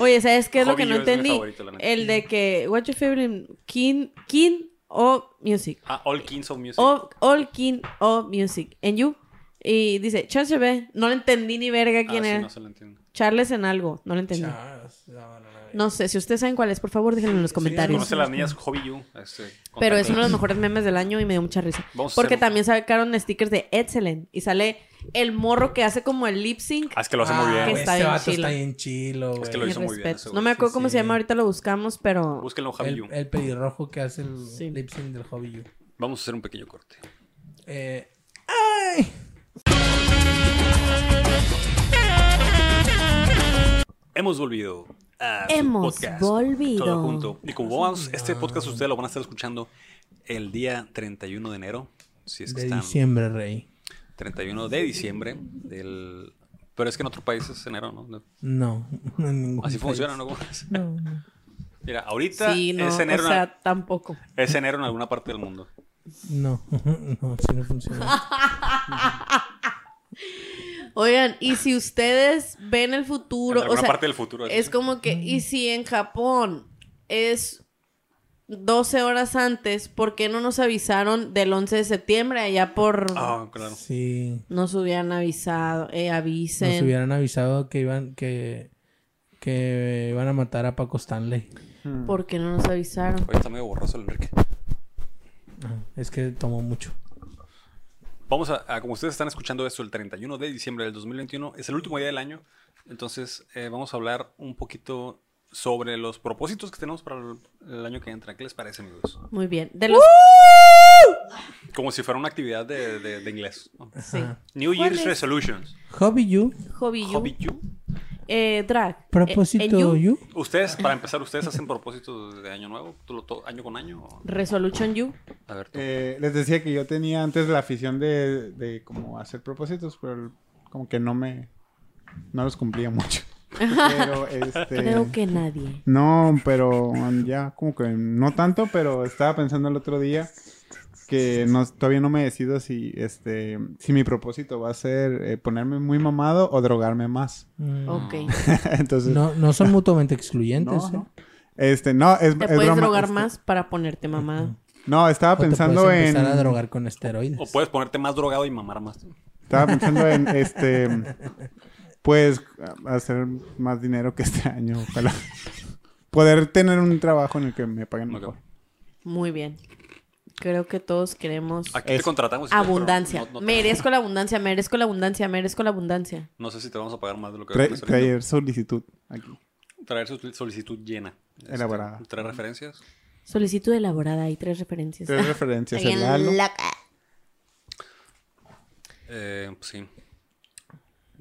Oye, ¿sabes qué es lo que
Hobby
no
yo es mi
entendí?
favorito, la neta.
el de que, what's your favorite king, king of music?
Ah, All Kings of Music.
Of- all king of music. And you. Y dice, Charles B. No le entendí ni verga
Ah,
quién
sí,
era.
no se lo entiendo.
Charles en algo. No lo entendí.
chas, no, no, no.
No sé, si ustedes saben cuál es, por favor, déjenlo en los comentarios.
Conoce a las niñas Hobby You. este,
Pero es
contacto.
uno de los mejores memes del año y me dio mucha risa.
Vamos a
Porque
hacerlo.
también sacaron stickers de Excellent y sale el morro que hace como el lip sync.
Ah, es que lo hace
Ah,
muy bien.
que
güey,
está
este
bien
vato
chilo.
está bien chilo, güey.
que lo
Mis
hizo muy bien
respetos.
ese güey,
No me acuerdo
sí,
cómo
sí.
se llama, ahorita lo buscamos, pero
Búsquenlo, Hobby You.
el, el pelirrojo que hace el
Sí.
lip sync del Hobby You.
Vamos a hacer un pequeño corte.
Eh,
Hemos volvido a su
Hemos
podcast.
volvido.
Todo junto. Y como vamos, este podcast ustedes lo van a estar escuchando el día 31 de enero. Si es que
de
están.
diciembre, rey.
31 de diciembre. Del... Pero es que en otros países es enero, ¿no? No.
No, (laughs) no en ningún
Así
país.
funciona, ¿no? ¿Cómo es?
No, no.
Mira, ahorita
sí, no,
es,
o
enero en,
sea, tampoco.
es enero en alguna parte del mundo.
No, (laughs) no, así no
(laughs)
funciona.
Oigan, y si ustedes ven el
En
futuro,
alguna
o sea,
parte del futuro.
es como que, y si en Japón es 12 horas antes, ¿por qué no nos avisaron del 11 de septiembre allá por...
Ah, claro.
Sí.
Nos hubieran avisado, eh, avisen.
Nos hubieran avisado que iban, que, que iban a matar a Paco Stanley.
¿Por qué no nos avisaron?
Hoy está medio borroso el Enrique.
Ah, Es que tomó mucho.
Vamos a, a- como ustedes están escuchando esto, el 31 de diciembre del 2021 es el último día del año. Entonces, eh, vamos a hablar un poquito sobre los propósitos que tenemos para el, el año que entra. ¿Qué les parece, amigos?
Muy bien. De los...
Como si fuera una actividad de, de- de inglés. ¿no?
Sí.
New
¿Cuál
Year's
es?
Resolutions.
Hobby You,
Hobby you.
Hobby you.
Eh, drag. Eh,
propósito
and
You,
you.
Ustedes, para empezar, ¿ustedes hacen propósitos de año nuevo? ¿Tú lo to- ¿Año con año? o-
Resolution you.
A ver, tú.
Eh, les decía que yo tenía antes la afición de, de como hacer propósitos, pero como que no me... No los cumplía mucho.
(laughs)
Pero este...
Creo que nadie.
No, pero ya como que no tanto, pero estaba pensando el otro día que no, todavía no me decido si este si mi propósito va a ser eh, ponerme muy mamado o drogarme más. (laughs)
Mm.
Ok.
Entonces,
No,
no,
no son mutuamente excluyentes.
no,
¿eh?
Este, no, es,
Te
es
puedes
broma,
drogar
este,
más para ponerte mamada.
No,
O
estaba
te
pensando
puedes
en
empezar a drogar con esteroides.
O puedes ponerte más drogado y mamar más.
Estaba pensando en
(laughs)
este. Pues hacer más dinero que este año, ojalá. Poder tener un trabajo en el que me paguen
Ok.
mejor.
Muy bien. Creo que todos queremos
Aquí te
Eso.
contratamos. y te-
abundancia.
pero no- no te-
merezco la abundancia, merezco la abundancia, merezco la abundancia.
No sé si te vamos a pagar más de lo que
Tra-
ganas ahorita.
traer solicitud aquí.
Traer su solicitud llena. Este,
Elaborada.
Traer referencias.
Solicitud elaborada y tres referencias.
Tres referencias.
Bien
El Lalo.
loca.
Eh, pues sí.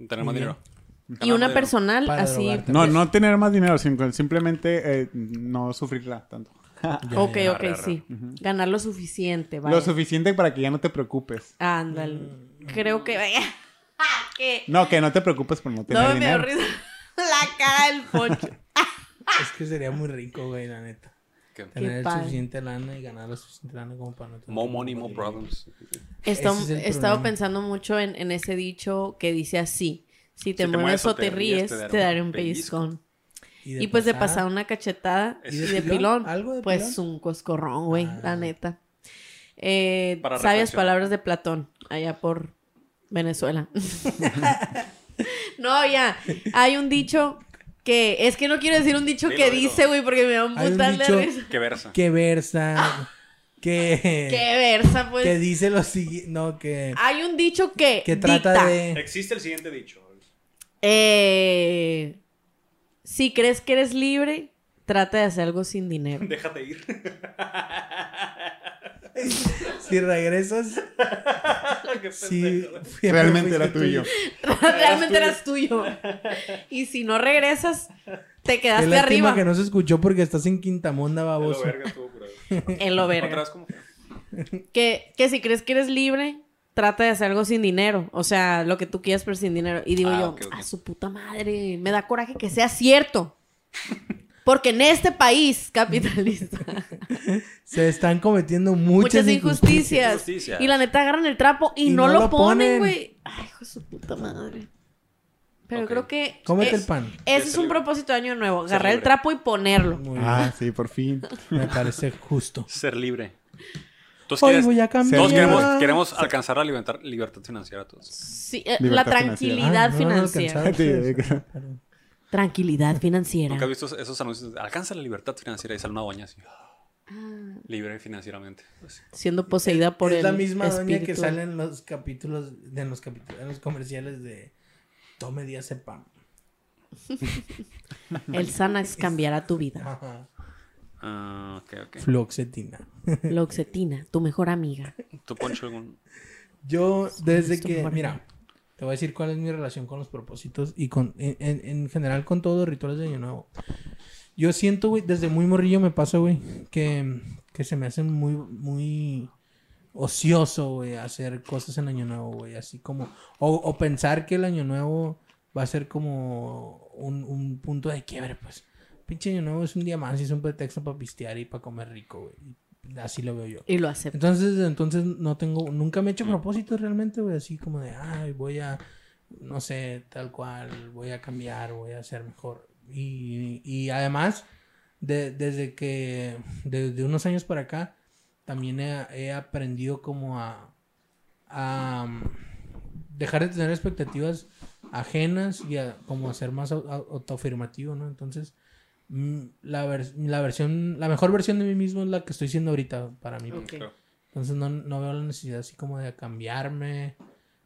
Tener más dinero.
(laughs) Y
Ganar
una
dinero.
personal
Para
así.
drogarte.
No, no tener más dinero, sino simplemente eh, no sufrirla tanto.
ok,
ya.
ok,
Arre, arre.
sí. Ganar lo suficiente, vaya.
Lo suficiente para que ya no te preocupes.
Ándale.
Mm.
Creo que vaya. Ah, que-
No, que no te preocupes por no tener
No me dio
dinero.
risa (laughs) la cara del poncho.
Es que sería muy rico, güey, la neta.
¿Qué?
Tener
padre.
suficiente lana y ganar la suficiente lana como para no tener
More
que
money, more
compartir.
problems.
Esto-
Ese es el
he estado
problema.
pensando mucho en, en ese dicho que dice así. Si te,
Si te
mueves
mueves
o te ríes, te daré un pellizcón. Y, pues de pasar una cachetada
¿Y
y
de
de
pilón?
pilón,
¿Algo de
pues
pilón? Ah.
un coscorrón, güey, la neta. Eh,
Para
sabias
reflexión.
palabras de Platón, allá por Venezuela. (laughs) no, ya, hay un dicho que, es que no quiero decir un dicho
Dilo,
que
dilo.
dice, güey, porque me da un
Hay un
putal de
dicho-
risa.
Qué versa.
Que
Ah.
versa. Que.
Qué versa,
Que
pues.
dice lo siguiente. No, que.
Hay un dicho que,
Que trata
Ah, dicta,
de.
Existe el siguiente dicho.
eh, si crees que eres libre, trata de hacer algo sin dinero.
Déjate ir. (laughs)
Si regresas. si
Realmente era tuyo.
(laughs) Realmente eras tuyo. Y si no regresas, te
Qué
quedaste
lástima
arriba.
que no se escuchó porque estás en Quintamonda,
Oh,
baboso.
En lo
Otra
verga.
vez como que-
Que, que si crees que eres libre, trata de hacer algo sin dinero. O sea, lo que tú quieras, pero sin dinero. Y digo
Ah,
yo,
ok, ok.
a su puta madre, me da coraje que sea cierto. Porque en este país capitalista,
Se están cometiendo muchas,
muchas injusticias.
Injusticias.
Y la neta agarran el trapo y, no, lo ponen, güey. Ay, hijo de su puta madre. Pero
Ok.
creo que.
Cómete
es-
el pan.
Ese es un
libre.
propósito de año nuevo.
Ser
Agarrar el
libre.
trapo y ponerlo.
Muy
Ah, sí, por
(laughs)
fin. (laughs)
bien. Me parece justo.
Ser libre. Entonces,
Hoy
¿quieres-
voy a cambiar.
Todos queremos, queremos alcanzar la libertad, libertad financiera todos.
Sí, eh, la
Libertad
tranquilidad
Ah, no, no lo
financiera.
alcanzaron ustedes.
Sí,
Pero-
tranquilidad financiera.
¿Nunca has visto esos- esos anuncios? de, Alcanza la libertad financiera y sale una doña así.
Ah.
Libre financieramente. Así.
Siendo poseída por
es
el
la misma doña que
espíritu.
sale en los capítulos, de- en los capítulos, en los comerciales de Tome Diazepam.
El Xanax cambiará tu vida.
Ajá.
Ah, ok, ok.
Fluoxetina.
La oxetina, tu mejor amiga.
¿Tú, Poncho, algún...?
Yo, desde
esto
que.
muerto.
Mira, te voy a decir cuál es mi relación con los propósitos y con en, en- en general con todos los rituales de Año Nuevo. Yo siento, güey, desde muy morrillo me pasa, güey, que, que se me hacen muy, muy ocioso, güey, hacer cosas en Año Nuevo, güey, así como. O, o pensar que el Año Nuevo va a ser como un, un punto de quiebre, pues. Pinche Año Nuevo es un día más y es un pretexto para pistear y para comer rico, güey. Así lo veo yo.
Y lo acepto.
Entonces, desde entonces no tengo, nunca me he hecho propósitos realmente, güey, así como de, ay, voy a, no sé, tal cual, voy a cambiar, voy a ser mejor. Y, y además, de- desde que, desde unos años para acá, también he, he aprendido como a, a mm, dejar de tener expectativas ajenas y a, como a ser más au- au- autoafirmativo, ¿no? Entonces, mm, la, vers- la versión, la mejor versión de mí mismo es la que estoy siendo ahorita para mí.
Ok.
Claro.
Entonces no, no veo la necesidad así como de cambiarme,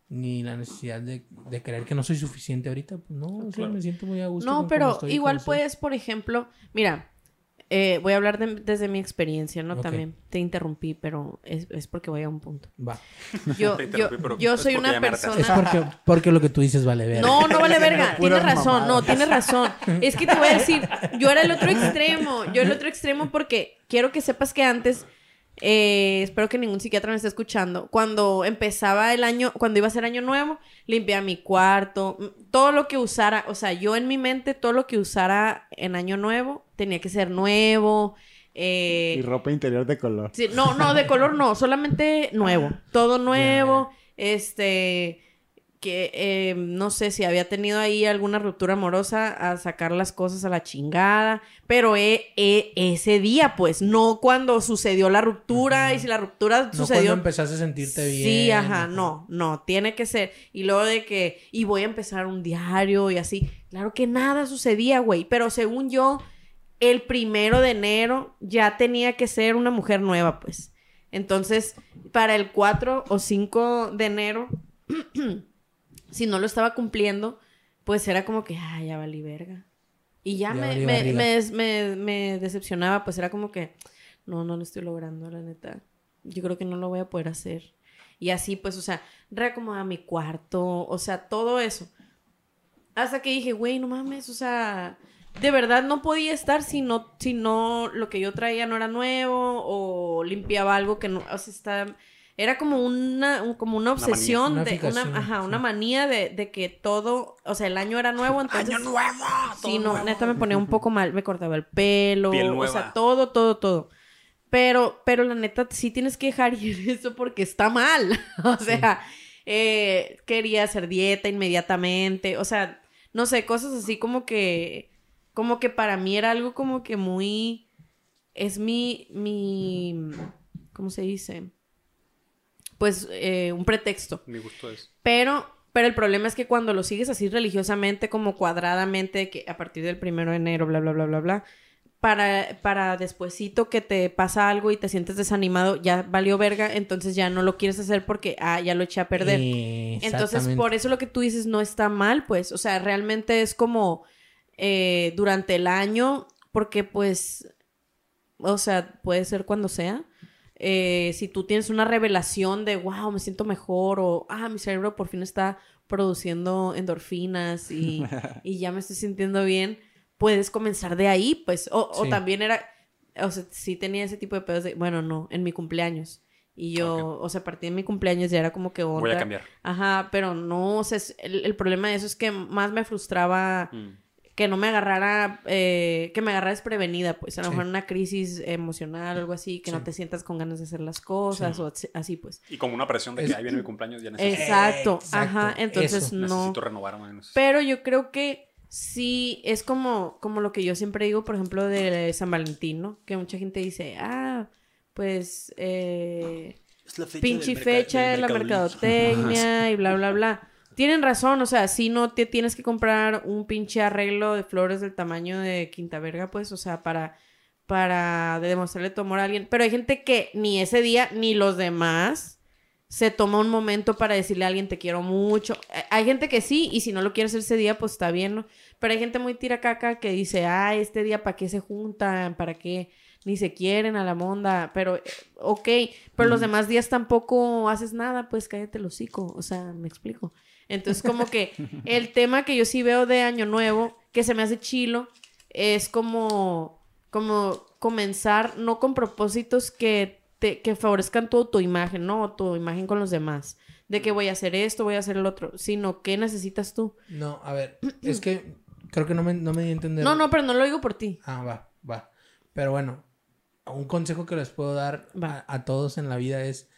ni la necesidad de, de creer que no soy suficiente ahorita. Pues no, o sea,
Claro.
me siento muy a gusto.
No,
con cómo
pero
estoy y
igual
cómo soy.
puedes, por ejemplo, mira, eh, voy a hablar de- desde mi experiencia, ¿no?
Ok.
También te interrumpí, pero es, es porque voy a
(laughs)
un punto.
Va.
Yo,
Te
yo,
interrumpí, pero
yo
es
soy
porque
una
ya me hartaste.
Es
persona...
porque, porque lo que tú dices vale ver. (laughs)
No, no vale verga. Tienes
Puras
razón. No,
mamadas.
tienes razón. Es que te voy a decir, yo era el otro extremo. Yo era el otro extremo porque quiero que sepas que antes, eh, espero que ningún psiquiatra me esté escuchando, cuando empezaba el año, cuando iba a ser año nuevo, limpiaba mi cuarto, m- todo lo que usara, o sea, yo en mi mente, todo lo que usara en año nuevo tenía que ser nuevo. Eh,
Y ropa interior de color.
Sí, no, no, de color no, solamente nuevo. Todo nuevo. Este. Que eh, no sé si había tenido ahí alguna ruptura amorosa a sacar las cosas a la chingada. Pero eh, eh, ese día, pues, no cuando sucedió la ruptura. Y si la ruptura
No cuando
sucedió.
empezaste a sentirte bien.
Sí, ajá, no, no, tiene que ser. Y luego de que, y voy a empezar un diario y así. Claro que nada sucedía, güey. Pero según yo, el primero de enero ya tenía que ser una mujer nueva, pues. Entonces, para el 4 o 5 de enero, (clears throat) si no lo estaba cumpliendo, pues era como que, ah, ya valí verga. Y ya,
Ya
me,
valí
me,
barriga.
me des- me- me decepcionaba, pues era como que, no, no lo estoy logrando, la neta. Yo creo que no lo voy a poder hacer. Y así, pues, o sea, reacomodaba mi cuarto, o sea, todo eso. Hasta que dije, güey, no mames, o sea, de verdad no podía estar si no, si no lo que yo traía no era nuevo o limpiaba algo que no, o sea, está- era como una, un- como una
Una manía.
obsesión
Una
de
fijación,
una, ajá,
sí.
una manía de, de que todo, o sea, el año era nuevo, entonces
nuevo!
Sí, no, neta me ponía un poco mal, me cortaba el pelo,
Piel
o
nueva.
sea, todo, todo, todo. Pero, pero la neta sí tienes que dejar (laughs) ir eso porque está mal. (laughs) O sea, eh, quería hacer dieta inmediatamente, o sea, no sé, cosas así como que, como que para mí era algo como que muy, es mi, mi, ¿cómo se dice? Pues eh, un pretexto.
Mi gusto es.
Pero, pero el problema es que cuando lo sigues así religiosamente, como cuadradamente, de que a partir del primero de enero, bla, bla, bla, bla, bla, para, para despuesito que te pasa algo y te sientes desanimado, ya valió verga, entonces ya no lo quieres hacer porque, ah, ya lo eché a perder. Entonces, por eso lo que tú dices no está mal, pues. O sea, realmente es como eh, durante el año, porque pues, o sea, puede ser cuando sea. Eh, si tú tienes una revelación de, wow, me siento mejor o, ah, mi cerebro por fin está produciendo endorfinas y, y ya me estoy sintiendo bien, puedes comenzar de ahí, pues. O, o
Sí.
también era, o sea, sí tenía ese tipo de pedos de, bueno, no, en mi cumpleaños. Y yo, o sea, a partir de mi cumpleaños ya era como que
Voy a
onda.
cambiar.
Ajá, pero no, o sea, es- el, el problema de eso es que más me frustraba
Mm.
que no me agarrara, eh, que me agarrara desprevenida, pues a lo
Sí.
mejor una crisis emocional o algo así, que no
Sí.
te sientas con ganas de hacer las cosas o así- así, pues.
Y como una presión de que
Es-
ahí viene mi cumpleaños, ya necesito,
Exacto,
Exacto,
ajá, entonces
eso.
no.
necesito renovarme. menos.
Pero yo creo que sí, es como, como lo que yo siempre digo, por ejemplo, de San Valentín, ¿no? Que mucha gente dice, ah, pues, eh, pinche fecha Eh, de la mercadotecnia y bla, bla, bla. Tienen razón, o sea, si no te tienes que comprar un pinche arreglo de flores del tamaño de Quinta Verga, pues, o sea, para, para demostrarle tu amor a alguien. Pero hay gente que ni ese día ni los demás se toma un momento para decirle a alguien te quiero mucho. Eh, Hay gente que sí, y si no lo quiere hacer ese día, pues está bien, ¿no? Pero hay gente muy tiracaca que dice, ah, este día para qué se juntan, para qué ni se quieren a la monda, pero eh, ok, pero los demás días tampoco haces nada, pues cállate el hocico, o sea, me explico. Entonces, como
(laughs)
que el tema que yo sí veo de Año Nuevo, que se me hace chilo, es como, como comenzar no con propósitos que, te, que favorezcan tu autoimagen, ¿no? O tu imagen con los demás. De que voy a hacer esto, voy a hacer el otro, sino que necesitas tú.
No, a ver, es que creo que no me, no me di a entender.
No, no, pero no lo digo por ti.
Ah, va, va. Pero bueno, un consejo que les puedo dar
Va.
a, a todos en la vida es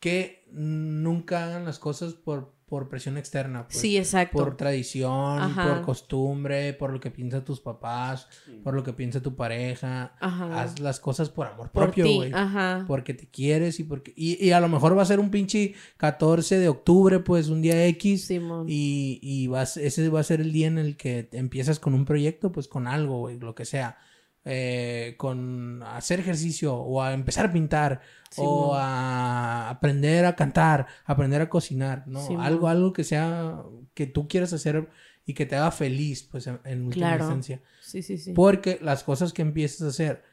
que nunca hagan las cosas por, por presión externa. pues.
sí, exacto.
Por tradición,
Ajá.
por costumbre, por lo que piensan tus papás, por lo que piensa tu pareja.
Ajá.
Haz las cosas por amor
Por
propio,
ti,
güey.
Ajá.
Porque te quieres y porque... Y, y a lo mejor va a ser un pinche 14 de octubre, pues, un día X.
Simón.
Y, y vas, ese va a ser el día en el que te empiezas con un proyecto, pues con algo, güey, lo que sea. Eh, con hacer ejercicio o a empezar a pintar o
Simón.
a aprender a cantar, aprender a cocinar, ¿no?
Simón.
algo, algo que sea que tú quieras hacer y que te haga feliz, pues en, en última
Claro.
instancia.
Sí, sí, sí.
Porque las cosas que empiezas a hacer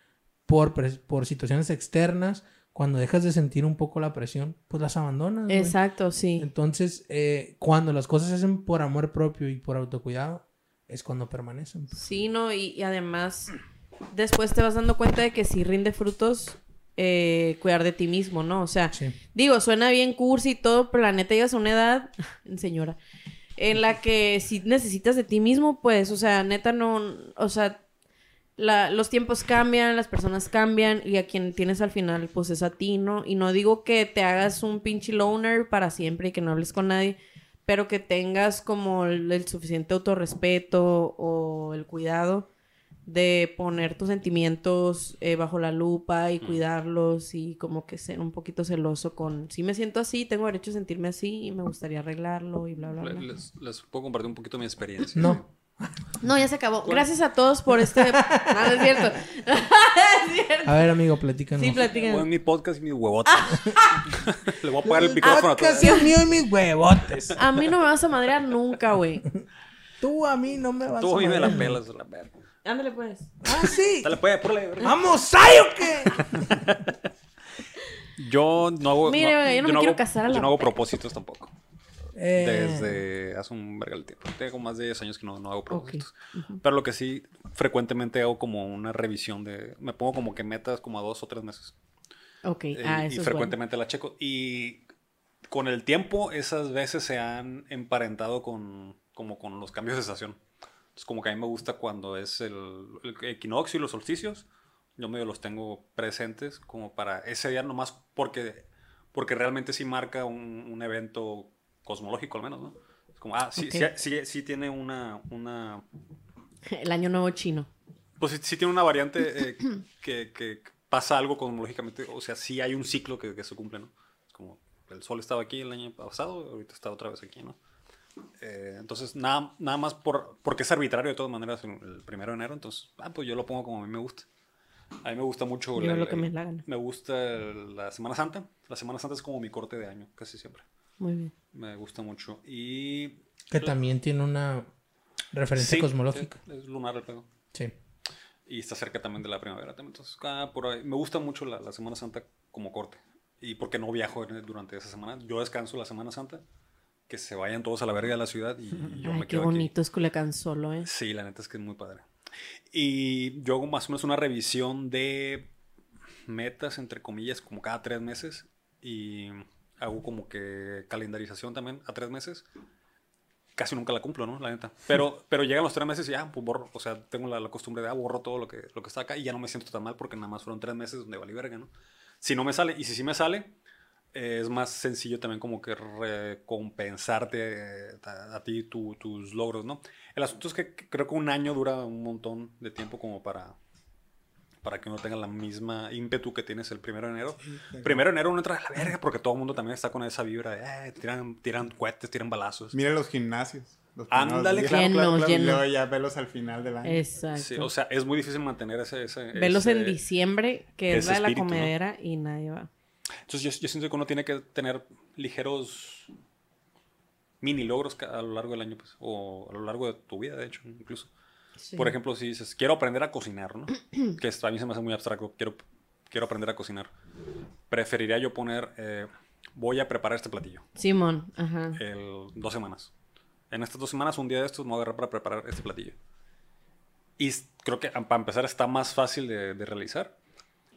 por, pres- por situaciones externas, cuando dejas de sentir un poco la presión, pues las abandonas. güey.
Exacto, sí.
Entonces, eh, cuando las cosas se hacen por amor propio y por autocuidado, es cuando permanecen.
Sí, no, y, y además después te vas dando cuenta de que si rinde frutos eh, cuidar de ti mismo, ¿no? O sea,
Sí.
digo, suena bien cursi y todo, pero la neta llegas a una edad, señora, en la que si necesitas de ti mismo, pues, o sea, neta no, o sea, la- los tiempos cambian, las personas cambian y a quien tienes al final pues es a ti, ¿no? Y no digo que te hagas un pinche loner para siempre y que no hables con nadie, pero que tengas como el, el suficiente autorrespeto o el cuidado de poner tus sentimientos eh, bajo la lupa y cuidarlos y como que ser un poquito celoso con si me siento así, tengo derecho a sentirme así y me gustaría arreglarlo y bla, bla, bla.
Les, les puedo compartir un poquito mi experiencia.
No.
No, ya se acabó. Gracias a todos por este. (laughs) No, no es cierto. (laughs) es cierto.
A ver, amigo, platícanos.
Sí,
O en
platican.
mi podcast y mi huevota.
Ah.
(laughs) Le voy a pagar el micrófono a todos.
Ah, Casi el mío y mis huevotes.
A mí no me vas a madrear nunca, güey.
Tú a mí no me vas
Tú
a
vive la
madrear.
pelas, la verga.
(laughs) Ándale, pues.
Ah, sí.
(laughs)
Dale, pues, púrale,
Ah.
verga.
¡Vamos, ay o qué!
Yo no hago.
Mire,
no,
oiga, yo no me quiero
hago-
casar a
Yo
la
no hago propósitos tampoco.
Eh,
Desde hace un verga el tiempo. Tengo más de 10 años que no, no hago propósitos. Pero lo que sí, frecuentemente hago como una revisión de. Me pongo como que metas como a dos o tres meses.
Ok,
Eh,
ah,
y
eso es bueno.
frecuentemente la checo. Y con el tiempo, esas veces se han emparentado con, como con los cambios de estación. Entonces, como que a mí me gusta cuando es el, el equinoccio y los solsticios, yo medio los tengo presentes como para ese día nomás porque, porque realmente sí marca un, un evento cosmológico al menos, ¿no? Es como, ah, sí,
Ok.
sí, sí, sí tiene una, una
(laughs) El año nuevo chino.
pues sí, sí tiene una variante eh,
(clears throat)
que, que pasa algo cosmológicamente. O sea, sí hay un ciclo que, que se cumple, ¿no? Es Como el sol estaba aquí el año pasado, ahorita está otra vez aquí, ¿no? Eh, entonces, nada, nada más por, porque es arbitrario de todas maneras el, el primero de enero. Entonces, ah, pues yo lo pongo como a mí me gusta. A mí me gusta mucho.
Yo
el-
lo que
el-
me la gana.
Me gusta el- la Semana Santa. La Semana Santa es como mi corte de año, casi siempre.
Muy bien.
Me gusta mucho. Y.
Que también tiene una referencia
sí,
cosmológica.
Es, es lunar el pedo.
Sí.
Y está cerca también de la primavera. también. Entonces, ah, por ahí. me gusta mucho la, la Semana Santa como corte. Y porque no viajo en- durante esa semana. Yo descanso la Semana Santa. Que se vayan todos a la verga de la ciudad y y yo
Ay,
me
qué
quedo
bonito es Culiacán solo, ¿eh?
aquí. Sí, la neta es que es muy padre. Y yo hago más o menos una revisión de metas, entre comillas, como cada tres meses. Y hago como que calendarización también a tres meses. Casi nunca la cumplo, ¿no? La neta. Pero, pero llegan los tres meses y ya, pues borro. O sea, tengo la, la costumbre de, ah, borro todo lo que, lo que está acá y ya no me siento tan mal porque nada más fueron tres meses donde valí verga, ¿no? Si no me sale, y si sí me sale, eh, es más sencillo también como que recompensarte eh, a, a ti tu- tus logros, ¿no? El asunto es que creo que un año dura un montón de tiempo como para para que uno tenga la misma ímpetu que tienes el primero de enero. Primero de enero uno entra a la verga porque todo el mundo también está con esa vibra de eh, tiran, tiran cohetes, tiran balazos.
Mira Pues, los gimnasios. los
Ándale,
primeros días.
claro,
Llenos,
Y luego
llenos.
ya velos al final del año.
Exacto.
Sí, o sea, es muy difícil mantener ese... ese
Velos
ese-
en diciembre, que es
ese
la de la
espíritu, ¿no?
comedera, y nadie va.
Entonces yo, yo siento que uno tiene que tener ligeros mini logros ca- a lo largo del año, pues, o a lo largo de tu vida, de hecho, incluso.
Sí.
Por ejemplo, si dices, quiero aprender a cocinar, ¿no? (clears throat) que esto a mí se me hace muy abstracto, quiero, quiero aprender a cocinar. Preferiría yo poner, eh, voy a preparar este platillo
Simón, ajá.
el, dos semanas. En estas dos semanas, un día de estos, me voy a agarrar para preparar este platillo. Y s- creo que a- para empezar está más fácil de, de realizar.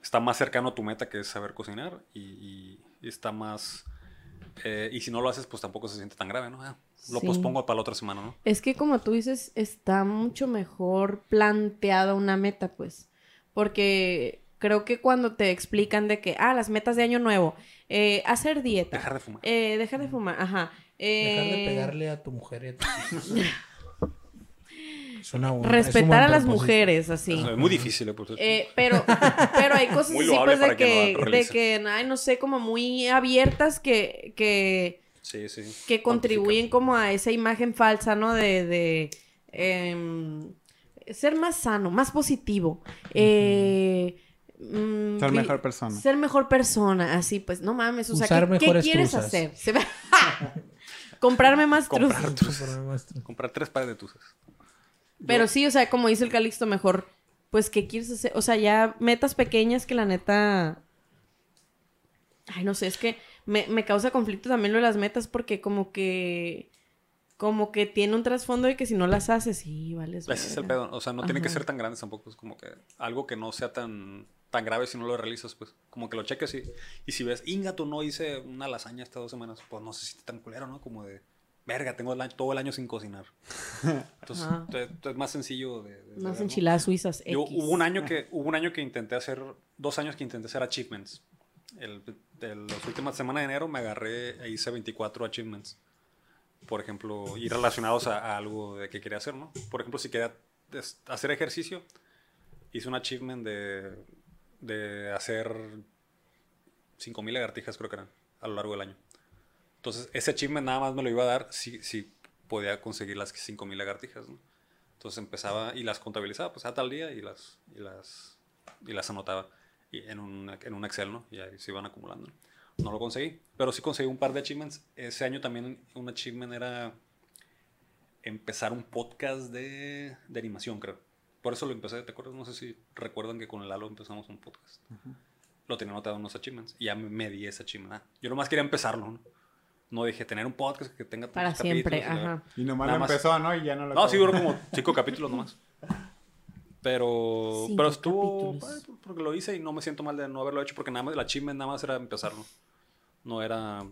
Está más cercano a tu meta que es saber cocinar. Y, y- y está más... eh, y si no lo haces, pues tampoco se siente tan grave, ¿no? Ah, lo
Sí.
pospongo para la otra semana, ¿no?
Es que como tú dices, está mucho mejor planteada una meta, pues. Porque creo que cuando te explican de que, ah, las metas de año nuevo, eh, hacer dieta,
Dejar de fumar.
eh, dejar de fumar, ajá.
Dejar de
eh,
pegarle a tu mujer y a tus hijos. Suena bueno, es un buen
Respetar a las
propósito.
mujeres, así.
Es muy difícil, eh, por cierto.
Eh, pero, pero hay
(laughs)
cosas
Muy
así,
loable
pues, de
para que
que,
no lo
de
realices.
que, ay, no sé, como muy abiertas que, que,
Sí, sí.
que contribuyen como a esa imagen falsa, ¿no? De, de, em, ser más sano, más positivo. eh, mm,
Ser
vi-
mejor persona.
Ser mejor persona, así pues, no mames. O sea,
Usar
¿qué, qué
mejores
quieres
truzas.
hacer? Se ve- (laughs) Comprarme más
Comprar
truzas.
Tu programa maestro.
Comprar tres pares de tusas.
Pero sí, o sea, como dice el Calixto, mejor, pues, ¿qué quieres hacer? O sea, ya metas pequeñas que la neta... Ay, no sé, es que me, me causa conflicto también lo de las metas porque como que... Como que tiene un trasfondo de que si no las haces, sí, vale.
Ese es el pedo. O sea, no tiene que
Ajá.
ser tan grandes tampoco. Es como que algo que no sea tan, tan grave si no lo realizas, pues. Como que lo cheques y, y si ves, ingato, no hice una lasaña estas dos semanas, pues no sé si está tan culero, ¿no? Como de, verga, tengo el año- todo el año sin (laughs) cocinar. Entonces,
Ah.
te- te- es más sencillo de... de- de
Unas
ver, ¿no?
enchiladas suizas. X.
Yo, hubo un año que hubo un año que intenté hacer dos años que intenté hacer achievements. El, el- las últimas semanas de enero me agarré e hice 24 achievements. Por ejemplo, y relacionados a, a algo de que quería hacer, ¿no? Por ejemplo, si quería es- hacer ejercicio, hice un achievement de, de hacer 5000 lagartijas, creo que eran, a lo largo del año. Entonces, ese achievement nada más me lo iba a dar si, si podía conseguir las 5000 lagartijas, ¿no? Entonces empezaba y las contabilizaba, pues a tal día y las, y las, y las anotaba y en, un, en un Excel, ¿no? Y ahí se iban acumulando. No lo conseguí, pero sí conseguí un par de achievements. Ese año también un achievement era empezar un podcast de, de animación, creo. Por eso lo empecé, ¿te acuerdas? No sé si recuerdan que con el Lalo empezamos un podcast. Lo tenía anotado en unos achievements y ya me, me di ese achievement. Ah, Yo nomás quería empezarlo, ¿no? No dije tener un podcast que tenga
Para
tantos
siempre,
capítulos y la
ajá.
verga.
Y nomás
Nada
lo
más.
empezó, ¿no? Y ya no lo
No, sí
acabó.
duró como cinco capítulos nomás. Pero,
Cinco
pero estuvo.
capítulos.
padre, Porque lo hice y no me siento mal de no haberlo hecho. Porque nada más la chisme nada más era empezarlo. No era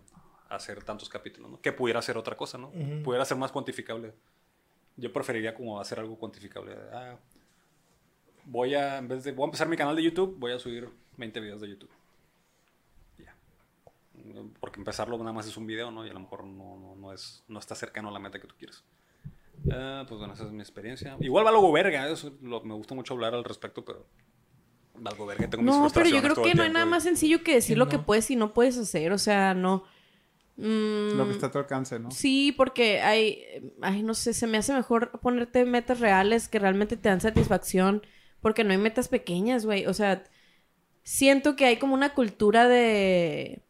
hacer tantos capítulos, ¿no? Que pudiera hacer otra cosa, ¿no? Pudiera ser más cuantificable. Yo preferiría como hacer algo cuantificable. Ah, voy a, en vez de, voy a empezar mi canal de YouTube, voy a subir 20 videos de YouTube. Ya. Porque empezarlo nada más es un video, ¿no? Y a lo mejor no, no, no es, no está cercano a la meta que tú quieres. Ah, pues bueno, esa es mi experiencia. Igual valgo verga, ¿eh? eso lo- me gusta mucho hablar al respecto, pero valgo verga, tengo mis
No, pero
frustraciones
yo creo
todo
que
el
no hay
tiempo
nada
y-
más sencillo que decir
Sí,
lo que
no.
puedes y no puedes hacer. O sea, no. Mm,
pues,
Lo que está a tu alcance, ¿no?
Sí, porque hay, em, ay, no sé, se me hace mejor ponerte metas reales que realmente te dan satisfacción, porque no hay metas pequeñas, güey. O sea, siento que hay como una cultura de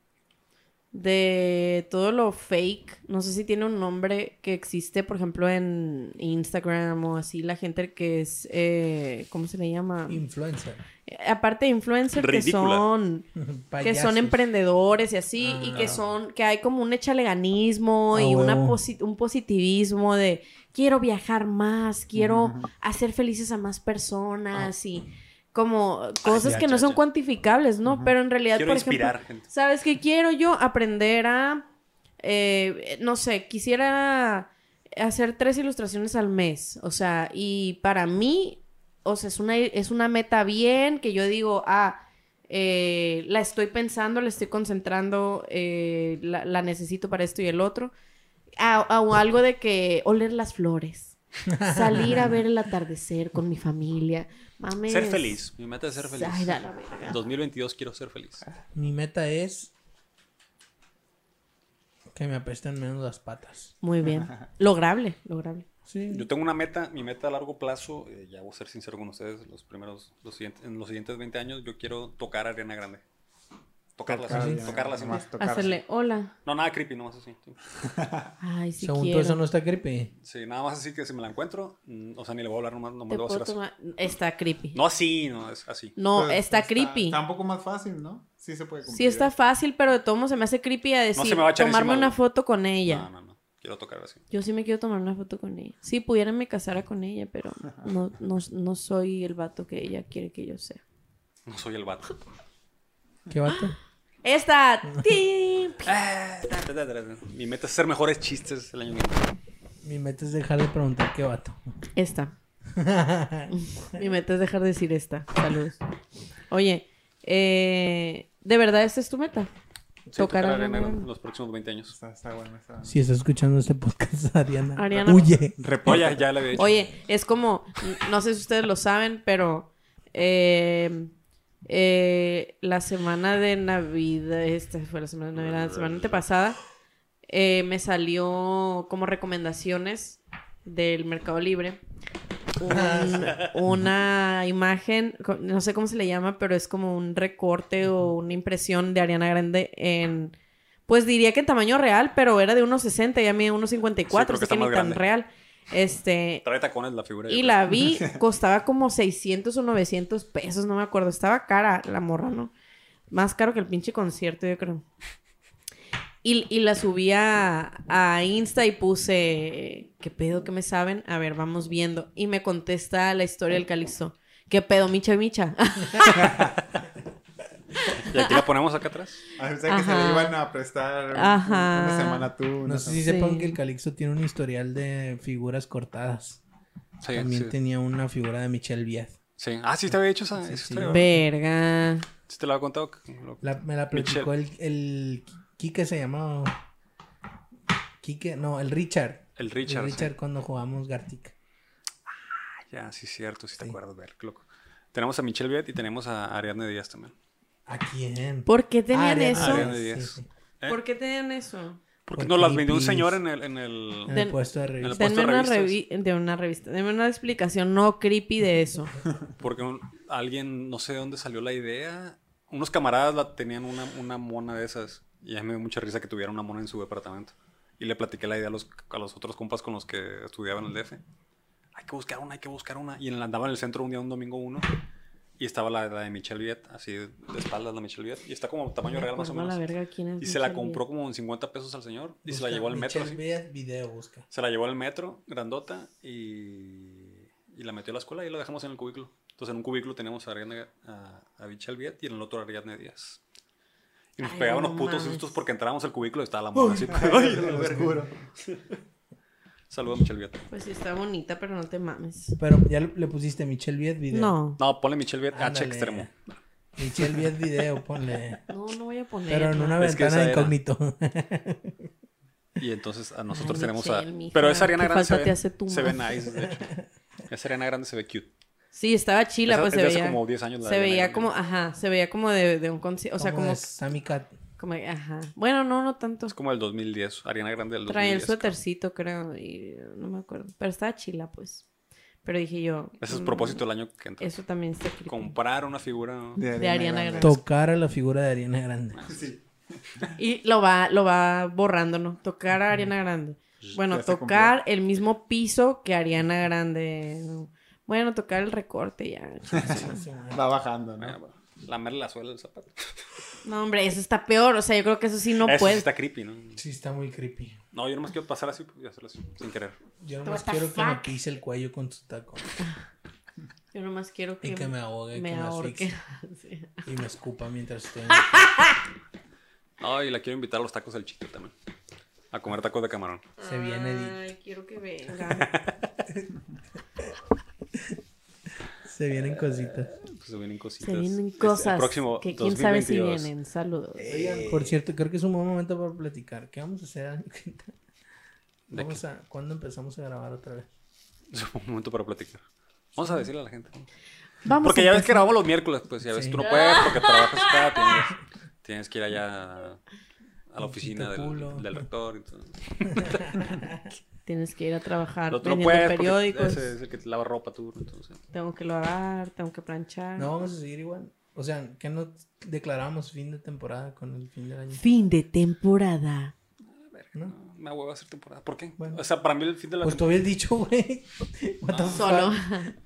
de todo lo fake, no sé si tiene un nombre que existe, por ejemplo, en Instagram o así, la gente que es, eh, ¿cómo se le llama? Eh,
Influencer. (laughs)
Aparte de influencers que
Ridícula.
son que
Payasos.
son emprendedores y así,
Ah,
y que son, que hay como un echaleganismo
Ah,
y una
huevo.
posi- un positivismo de quiero viajar más, quiero hacer felices a más personas y como cosas
Ah. ya,
que no
ya,
son
ya.
cuantificables, ¿no? Pero en realidad,
Quiero
por ejemplo,
inspirar gente.
¿sabes qué quiero yo? Aprender a, eh, no sé, quisiera hacer tres ilustraciones al mes, o sea, y para mí, o sea, es una, es una meta bien que yo digo, ah, eh, la estoy pensando, la estoy concentrando, eh, la, la necesito para esto y el otro. A, a- o algo de que oler las flores, salir a ver el atardecer con mi familia, mames.
Ser feliz, mi meta es ser feliz.
Ay, da la verga.
2022 quiero ser feliz.
Mi meta es que me apesten menos las patas.
Muy bien, lograble, lograble.
Sí.
Yo tengo una meta, mi meta a largo plazo, eh, ya voy a ser sincero con ustedes, los primeros, los siguientes, en los siguientes 20 años yo quiero tocar a Ariana Grande. Tocarla,
Tocar,
así,
ya,
tocarla así
nomás
más.
tocarla.
Hacerle hola.
No, nada creepy, nomás así. sí.
Ay, sí
Según
quiero.
tú, eso no está creepy.
Sí, nada más así que si me la encuentro, mm, o sea, ni le voy a hablar nomás, nomás
Te
le voy a hacer
puedo
así.
tomar- Está creepy. No,
No así, no, es así.
Pues,
está, creepy.
Está un poco más fácil, ¿no? Sí se puede cumplir.
Sí está fácil, pero de todo modo se me hace creepy a decir
se me va a echar
tomarme
encima,
una
güey.
foto con ella.
No, no, no, quiero tocar así.
Yo sí me quiero tomar una foto con ella. Sí, pudiera me casara con ella, pero no, no, no soy el vato que ella quiere que yo sea.
No soy el vato.
¿Qué vato?
(gasps) Esta. ¡Tin!
Ah, ta, ta, ta, ta, ta. Mi meta es ser mejores chistes el año que viene.
Mi meta es dejar de preguntar qué vato.
Esta.
(laughs)
Mi meta es dejar de decir esta. Saludos. Oye, eh, ¿de verdad esta es tu meta?
Sí,
Tocar a
Ariana
Ariana
Grande
Grande.
en los próximos 20 años.
Está, está bueno. Está
Si está escuchando este podcast, (laughs) Ariana,
Ariana.
huye.
No, (laughs)
Reporta.
ya, ya le había dicho.
Oye, es como, no sé si ustedes lo saben, pero eh, eh, la semana de Navidad, esta fue la semana de Navidad, la semana antepasada, eh, me salió como recomendaciones del Mercado Libre un- una imagen, co- no sé cómo se le llama, pero es como un recorte o una impresión de Ariana Grande en, pues diría que en tamaño real, pero era de 1,60 y a mí 1,54,
Sí, creo que
así
está
que ni
más
tan
grande.
real. Este,
Trae tacones la figura. yo
y
creo. (laughs)
la vi, costaba como 600 o 900 pesos, no me acuerdo. Estaba cara la morra, ¿no? Más caro que el pinche concierto, yo creo. Y, y la subí a, a Insta y puse, ¿qué pedo que me saben? A ver, vamos viendo. Y me Ah, contesta la historia del Calixto. ¿Qué pedo, Micha Micha?
Y aquí la ponemos acá atrás.
A veces que se le
Ajá.
iban a prestar un-
Ajá.
una semana tú. una
No sé si
Sí.
sepan que el Calixto tiene un historial de figuras cortadas.
Sí,
También
sí,
tenía una figura de Michelle Viaz.
sí. Ah, sí te había hecho esa. esa
sí.
historia, ¿verdad?
Verga.
Sí te la había contado. que- lo-
La- me la platicó el, el Quique se llamaba. Quique, no, el Richard.
el Richard.
el
sí.
Richard cuando jugamos Gartic.
Ya, sí, cierto, sí te
Sí.
acuerdas, ver, qué loco. Tenemos a Michelle Viet y tenemos a Ariadne Díaz también.
¿A quién?
¿Por qué tenían
Ariana-
eso?
Ariana
Sí,
Díaz.
sí.
¿Eh?
¿Por qué tenían eso?
Porque
Por
nos las vendió un
creepies.
señor en el. En el...
En el
Ten-
puesto de revista.
puesto
Denme
de
una, revi-
revistas.
de una revista. Denme una explicación no creepy de eso.
Porque un- alguien, no sé de dónde salió la idea. Unos camaradas la, tenían una, una mona de esas. Y a mí me dio mucha risa que tuviera una mona en su departamento. Y le platiqué la idea a los, a los otros compas con los que estudiaban el DF. Hay que buscar una, hay que buscar una. Y en- andaba en el centro un día, un domingo uno. Y estaba la, la de Michelle Viet, así de espaldas la Michelle Viet. Y está como tamaño real más o
Acuerdo
menos.
a la pues verga quién es
Y se la
Michelle
compró como en 50 pesos al señor. Y se la
Busca
llevó al metro.
Michelle
así.
Viaz, video, busca.
Se la llevó al metro, grandota, y, y la metió a la escuela y la dejamos en el cubículo. Entonces, en un cubículo teníamos a Ariadne, a, a Michelle Viet y en el otro a Ariadne Díaz. Y nos
Ay,
pegaban
no
unos putos
mames.
sustos porque entrábamos al cubículo y estaba la mona así. (laughs) Ay, a la verga. Saluda a Michelle Viet.
Viet. Pues sí, está bonita, pero no te mames.
Pero ya le le pusiste Michelle Viet video.
No.
No, ponle Michelle Viet H
Ándale.
extremo.
Michelle Viet video,
(laughs)
ponle.
No, no voy a poner.
Pero en una
Es que
ventana
esa era.
incógnito.
Y entonces a nosotros
Ay,
tenemos
Michelle,
a.
mija,
Pero esa Ariana
qué
Grande se
falta te
ve,
hace tu
se ve
madre.
nice, de hecho. Esa Ariana Grande se ve cute.
Sí, estaba chila,
Esa-
pues
es
se
de hace
veía.
como 10 años la
se
Ariana
veía
Grande.
como, ajá, se veía como de, de un concierto. O sea, como,
de Sammy Cat.
como, ajá. Bueno, no, no tanto.
Es como el 2010. Ariana Grande del 2010.
Traía el
creo.
suétercito, creo, y no me acuerdo. Pero estaba chila, pues. Pero dije yo.
Ese es
mm,
propósito del año que entra.
Eso también está creepy.
Comprar una figura. ¿no?
De Ariana Grande.
Tocar a la figura de Ariana Grande.
Sí.
Y lo va, lo va borrando, ¿no? Tocar a Ariana Grande.
Pues
Bueno,
Ya se
tocar el mismo piso que Ariana Grande. ¿no? Bueno, tocar el recorte ya.
(laughs)
Va bajando,
Ah,
¿no?
bueno. Lamerle la suela del zapato.
No, hombre, eso está peor. O sea, yo creo que eso sí no
Eso sí
puede.
está creepy, ¿no?
Sí, está muy creepy.
No, yo nomás quiero pasar así y hacerlo así, sin querer.
Yo
What
nomás
the
quiero que me
fuck?
pise el cuello con tu taco.
Yo nomás quiero que,
Y que me ahogue, que
me
me
ahorque.
asfixie.
(laughs) Sí.
Y me escupa mientras estoy.
Ay, la quiero invitar a los tacos al chico también. A comer tacos de camarón.
Se viene Edith.
Ay, quiero que venga.
(laughs) Se vienen cositas.
Pues se vienen cositas.
(laughs) Se vienen
Este,
cosas.
El próximo
que quién sabe si
2022.
vienen. Saludos.
Eh,
Oigan, por cierto, creo que es un buen momento para platicar. ¿Qué vamos a hacer? Ani?
¿De
Vamos a, ¿Cuándo empezamos a grabar otra vez?
(laughs) Es un momento para platicar. Vamos a decirle a la gente. ¿no?
Vamos
Porque
a
ya ves que
empezar.
grabamos los miércoles, pues ya ves,
Sí.
tú no puedes porque trabajas
(laughs)
acá, tienes, tienes que ir allá a la oficina
Pito culo.
del, del rector. Entonces.
Tienes que ir a trabajar.
No, tú no
vendiendo
puedes porque
periódicos.
ese es el que te lava ropa tú, entonces.
Tengo que lavar, tengo que planchar.
No vamos a seguir igual. O sea, que no declaramos fin de temporada con el fin del año.
Fin de temporada.
¿No?
Me huevo a hacer temporada. ¿Por qué?
Bueno.
O sea, para mí el fin de la
Pues tú habías dicho, güey. What the fuck?
Solo.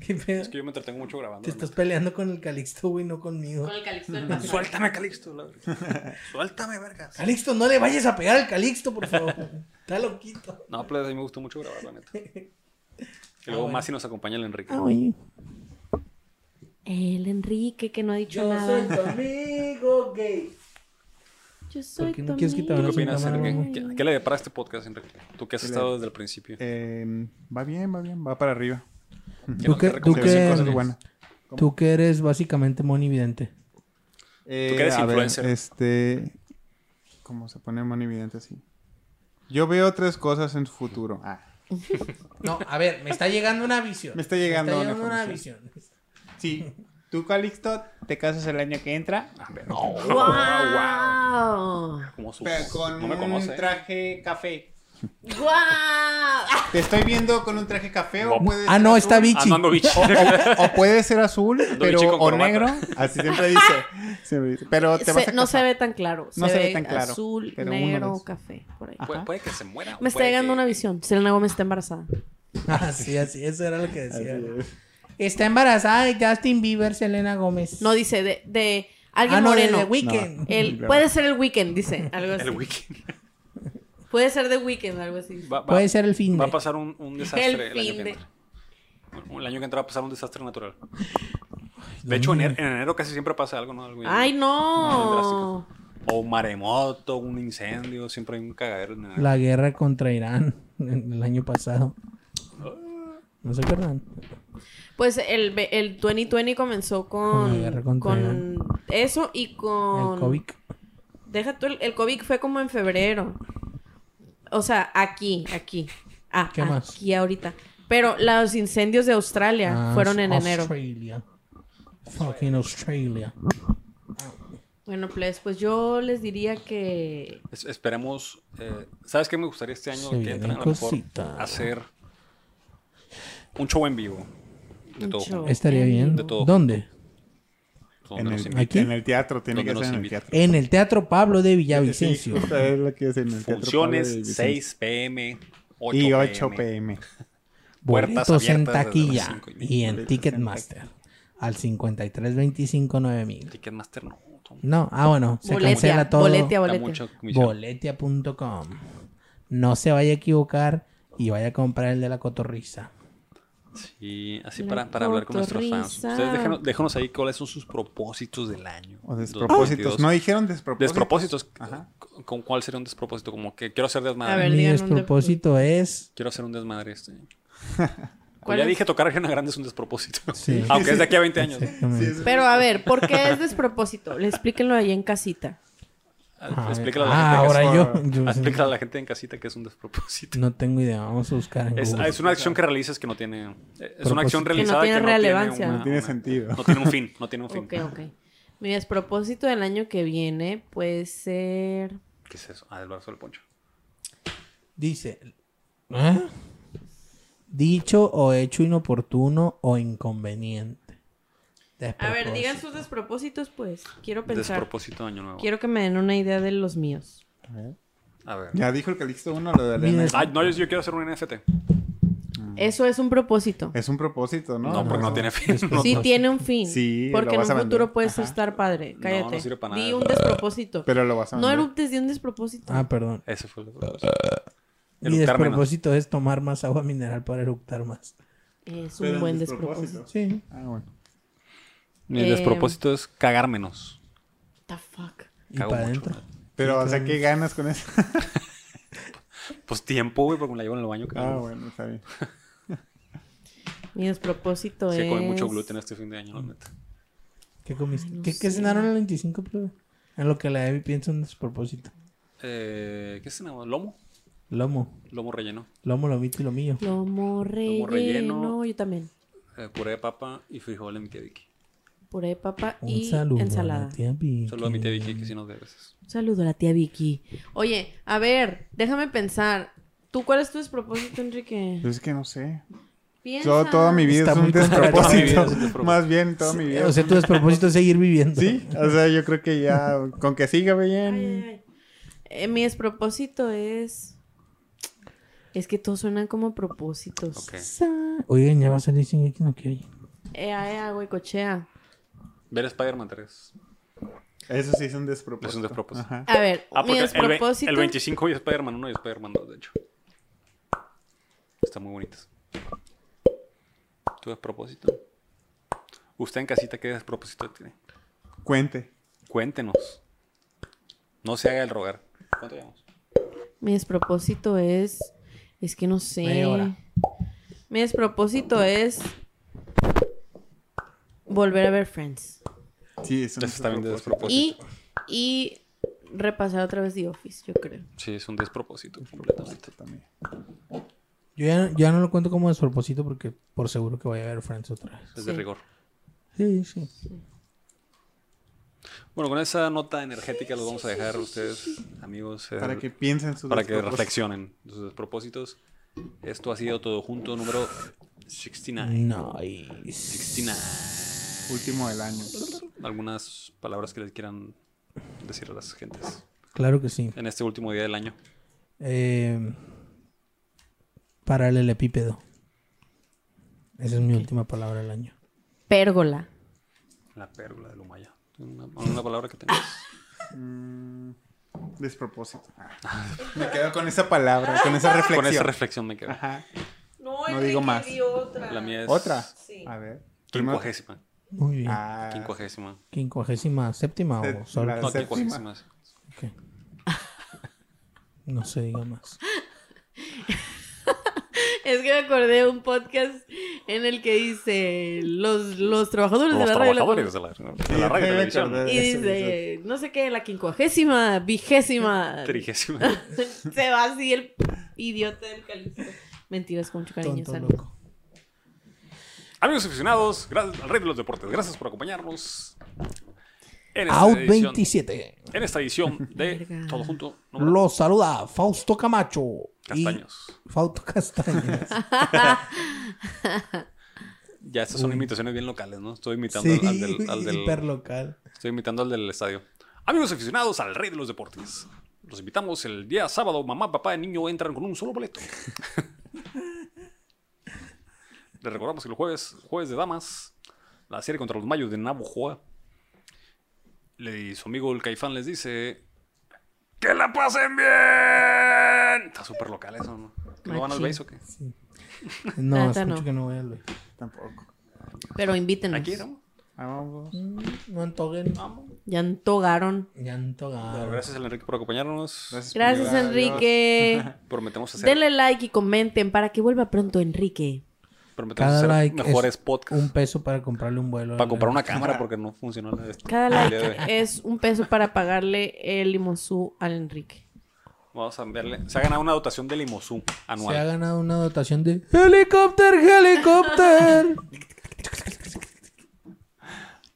¿Qué pedo?
Es que yo me entretengo mucho grabando.
Te estás peleando con el Calixto, güey, no conmigo.
el calixto del
¿no? (laughs) Suéltame, Calixto. la
(laughs)
verga. Suéltame, vergas.
Calixto, no le vayas a pegar al Calixto, por (laughs) favor. Está loquito.
No, pues a mí me gustó mucho grabar, la neta.
(laughs)
Y luego
Ah, bueno.
más si nos acompaña el
Ah,
Ah,
Enrique.
El Enrique que no ha dicho
Yo
nada.
soy tu amigo gay.
Yo soy
qué
tu
no quieres quitar
¿Qué
una
amigo.
opinas,
cámara,
Enrique? ¿Qué, qué le depara este podcast, Enrique? Tú que has
¿Qué le-
estado desde el principio.
Eh, va bien, va bien, va para arriba.
¿Qué
¿Tú
nos-
qué-
qué
tú
Se
qué-
ven
recomendaciones?
cosas buenas.
Tú que eres básicamente monividente.
Eh,
Tú que eres
a ver,
influencer.
este. ¿Cómo se pone muy evidente así? Yo veo tres cosas en su futuro. Ah.
No, a ver, me está llegando una visión.
Me está llegando
me
una
está llegando una,
información.
visión.
Sí. Tú, Calixto, te casas el año que entra.
Ah,
¡Guau!
¿Cómo supo?
Pero con
pues, no me conoce.
un traje café.
¡Guau!
Te estoy viendo con un traje café o
Guapo.
puede
Ah,
ser
no,
azul.
está bichi.
Andando bicho.
O puede ser azul, pero
bichi con
o
corbata.
negro. (laughs) Así siempre dice. Siempre dice. Pero te vas a
Se- no se
casar.
ve tan claro. Se,
No
ve, tan claro. Azul,
pero uno
negro,
ves.
café. Por ahí.
Ah,
Pu-
Ajá.
(laughs) puede que se muera. o
Me está
puede
llegando
que-
una visión. Selena Gómez está embarazada.
Ah, sí, así, eso era lo que decía.
Así es.
Está embarazada de Justin Bieber, Selena Gómez.
No dice de, de
ah,
alguien
no, de
moreno.
The Weeknd.
El- puede ser el weekend, dice. Algo así.
El weekend.
Puede ser The Weeknd, algo así.
Va, va-
Puede ser el fin.
Va a
de.
pasar un, un desastre el, año
fin
que
de-
entra. El año que entra va a pasar un desastre natural. De
Mm.
hecho, en en enero casi siempre pasa algo, ¿no? Algo ya-
Ay,
No,
no.
O un maremoto, un incendio, siempre hay un cagadero en enero.
La guerra contra Irán en el año pasado. ¿No se acuerdan?
Pues el, ve- el 2020 comenzó
Con la guerra
con,
contra
con
Irán.
eso y con...
El COVID.
Deja tú, el, el COVID fue como en febrero. O sea, aquí, aquí. Ah,
¿Qué más?
aquí ahorita. Pero los incendios de Australia
Ah,
fueron en enero.
Australia. Fucking Australia.
Bueno, pues, pues yo les diría que...
Es- esperemos. eh, ¿Sabes qué me gustaría este año
Se
que entra? A
vienen
lo mejor
cositas.
hacer un show en vivo. De
Un
todo.
show.
junto.
Estaría bien.
De todo.
¿Dónde?
Donde
En
nos
el,
inviten.
¿Aquí?
en el teatro, tiene
Donde
que
nos
ser en el
inviten.
teatro.
En el Teatro Pablo de
Sí,
Villavicencio.
justo es lo que es en el teatro. Pablo de
Funciones
Vicencio.
6 pm, 8
y 8
8
pm.
Puertas
Boletos en
abiertas desde las
taquilla
cinco y media.
y en Ticketmaster. Al 53259000.
Ticketmaster no. toma.
No, ah, bueno, se
Boletia,
cancela todo.
boletia,
Da
boletia.
mucha comisión.
Boletia.com. No se vaya a equivocar y vaya a comprar el de la cotorriza.
Sí, así
La
para, para hablar con nuestros fans.
cotorriza.
Ustedes déjanos, déjanos ahí cuáles son sus propósitos del año.
O despropósitos.
2022.
No dijeron despropósitos.
Despropósitos.
pues, Ajá.
¿Con cuál sería un despropósito? Como que quiero hacer
A
desmadre.
ver,
Mi
digan un
despropósito es.
Quiero hacer un desmadre este. año.
¿Cuál
ya
es?
dije, tocar a Ariana Grande es un despropósito.
Sí.
(laughs) Aunque es de aquí a 20 años. ¿no?
Exactamente.
Sí, sí.
Pero a ver, ¿por qué es despropósito? Le explíquenlo ahí en casita.
Ah,
Explícale a la
ah,
gente que es-
ahora
(laughs)
yo.
por-
yo-
explícale a la gente en casita que es un despropósito.
No tengo idea. Vamos a buscar en
Es, ah,
Google.
es una acción que realizas que no tiene. eh, Es una acción
Propósito.
realizada que
tiene
no tiene
relevancia.
una-
No
tiene
una-
sentido.
No tiene un fin. No tiene un fin.
Ok, ok. Mi despropósito del año que viene puede ser...
¿Qué es eso? Ah, el brazo del poncho.
Dice. ¿eh? Dicho o hecho inoportuno o inconveniente.
A ver, digan
Despropósito.
sus despropósitos, pues. Quiero pensar.
Despropósito de año nuevo.
Quiero que me den una idea de los míos.
A ver.
Ya dijo el Calixto uno lo de Elena.
Mira,
Ah, no, yo, yo quiero hacer un NFT.
Mm. Eso es un propósito.
Es un propósito, ¿no?
No, porque no tiene fin. No,
Sí tiene un fin.
Sí, lo
Porque en un
vas a
futuro
vender.
puedes
Ajá.
estar padre.
no
Cállate.
sirve para
Di
nada.
un despropósito.
Pero lo vas a
no
vender.
eruptes, di un despropósito.
Ah, perdón.
(laughs) Ese fue el El
Mi
eructar menos.
despropósito es tomar más agua mineral para eructar más.
es
Pero
un
el
buen despropósito.
despropósito.
Sí.
Ah, bueno.
Mi
Eh,
despropósito es cagar menos.
What the fuck.
Y
Cago
para
mucho.
adentro.
Pero, o sea,
Entonces-
¿qué ganas con eso?
(laughs) Pues tiempo, güey, porque me la llevo en el baño.
ah,
cabrón.
bueno, está bien.
Mi despropósito
Sí,
es.
comí mucho gluten este fin de año, la neta.
¿Qué comiste?
Ay, no
¿Qué, qué
sé.
cenaron el 25, plebe? En lo que la Evi piensa un despropósito.
Eh, ¿Qué cenamos? ¿Lomo?
Lomo.
Lomo relleno.
Lomo, lomito y lomillo.
Lomo relleno.
relleno.
Yo también.
Eh, puré de papa y frijol en mi tía Vicky.
Puré de papa
Un
y
saludo. a la
ensalada.
tía Vicky.
Saludos a mi tía Vicky, que sí nos ve a veces.
Un saludo a la tía Vicky. Oye, a ver, déjame pensar. ¿Tú cuál es tu despropósito, Enrique?
Pues es que no sé.
Piensa.
Todo, toda mi vida
Está
es un
muy contrario.
Toda mi vida es un
despropósito.
despropósito.
Más bien, toda mi vida.
O sea, tu despropósito es seguir viviendo.
Sí, o sea, yo creo que ya, con que siga
Ay,
bien.
ay, ay. Eh, mi despropósito es. Es que todos suenan como propósitos.
Ok.
Sa- Oigan, ya va a salir sin aquí, no quiero.
Ea, ea, Eh, ah, güey, cochea.
Ver Spider-Man 3.
Eso sí es un despropósito.
Es un despropósito.
Ajá.
A ver,
Ah,
mi
porque el, ve-
despropósito.
el 25 y Spider-Man 1 y Spider-Man 2, de hecho. Están muy bonitas. ¿Tu despropósito? ¿Usted en casita qué despropósito tiene?
Cuente.
Cuéntenos. No se haga el rogar. ¿Cuánto llevamos?
Mi despropósito es. Es que no sé.
Media hora.
Mi despropósito es. Volver a ver Friends.
Sí, es un
Eso está bien de
despropósito.
despropósito.
Y. Y. Repasar otra vez The Office, yo creo.
Sí, es un despropósito completamente.
También.
Yo ya, yo ya no lo cuento como despropósito porque por seguro que voy a ver Friends otra vez.
Es de
Sí.
rigor.
Sí, sí.
Bueno, con esa nota energética los vamos a dejar a ustedes, amigos. eh,
Para que piensen sus
para que
despropósitos.
reflexionen de sus despropósitos. Esto ha sido todo junto, número 69.
Nice.
69.
Último del año.
algunas palabras que les quieran decir a las gentes
Claro que sí.
en este último día del año.
Eh, paralelepípedo. Esa es mi última palabra del año.
Pérgola.
La pérgola del Humaya. Una, una palabra que tengas.
Despropósito. Ah. (laughs) Me quedo con esa palabra, con esa reflexión.
Con esa reflexión me quedo.
Ajá.
No,
Enrique digo más. di
otra.
La mía es
¿Otra?
Sí.
A ver. Primero-
quincuagésima.
Muy bien.
Ah,
Quincuagésima.
Quincuagésima séptima
Se-
o solo.
la-
No,
séptima.
quincuagésima.
Ok. No se diga más.
Es que me acordé de un podcast en el que dice los, los trabajadores de
Los
la radio. y la
trabajadores de la, de la radio y televisión.
comunicación". Y dice, no sé qué, la quincuagésima, vigésima.
Trigésima.
(laughs) Se va así el idiota del Calixto. Mentiras con mucho cariño.
Tonto
San.
loco.
Amigos aficionados, gracias al Rey de los Deportes, gracias por acompañarnos. En esta,
Out
edición,
27.
en esta edición de
Verga.
Todo Junto, número
Los saluda Fausto Camacho. y
Castaños.
Fausto
(laughs)
Castañas.
Ya estas son imitaciones bien locales, ¿no? Estoy imitando
sí,
al, al del,
(laughs)
al del-
hiperlocal.
estoy imitando al del estadio. Amigos aficionados al Rey de los Deportes. Los invitamos el día sábado. Mamá, papá y niño entran con un solo boleto. Les recordamos que el jueves, jueves de damas, la serie contra los mayos de Navojoa. Le- y su amigo el Caifán les dice: ¡Que la pasen bien! Está súper local eso, ¿no? ¿Que ¿No van al
Machín.
base o qué?
No,
Neta,
escucho
no.
que no voy al Luis.
Tampoco.
Pero invítenos.
Aquí éramos.
Ah, vamos.
No antoguen.
Ya antogaron.
Ya antogaron.
Gracias, Enrique, por acompañarnos.
Gracias,
Gracias,
Adiós.
Enrique.
(laughs) Prometemos hacer
Denle like y comenten para que vuelva pronto Enrique.
Prometemos
Cada
hacer
like
mejores
es
podcasts.
un peso para comprarle un vuelo.
Para comprar una cámara porque no funcionó la de esto.
Cada
El día de hoy.
like es un peso para pagarle el limosú al Enrique.
Vamos a verle. Se ha ganado una dotación de limosú
Se ha
anual.
ganado una dotación de
(laughs)
helicóptero, helicóptero.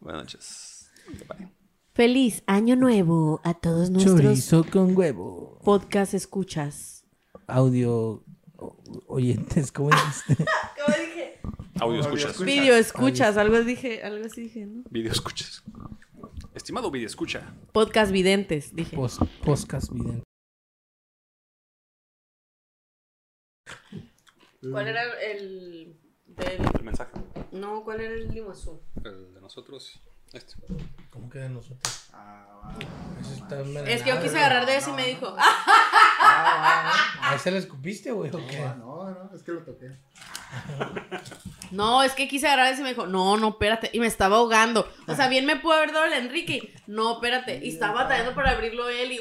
Buenas noches. Bye.
Feliz año nuevo a todos nuestros
(laughs) Chorizo con huevo.
podcast escuchas.
Audio o- oyentes,
(laughs)
¿cómo dijiste?
¿Cómo dije?
Audio escuchas.
escuchas.
(laughs) Video escuchas, algo dije, algo así dije, ¿no?
Video escuchas. Estimado video escucha.
Podcast videntes, dije.
Pos- Podcast vidente.
¿Cuál era el
El mensaje.
no, cuál era el limosú?
El de nosotros. Este.
¿Cómo quedan nosotros?
Ah,
Eso está
Es que yo
envenenado,
quise
güey.
agarrar de ese y me dijo, "Ah,
¿A ese le escupiste, güey? o qué?
va. Ah, No, no, es que lo toqué.
no, es que quise agarrar de ese y me dijo, no, no, espérate. Y me estaba ahogando. O sea, bien me pudo haber dado el Enrique. No, espérate. Y estaba batallando para abrirlo él y.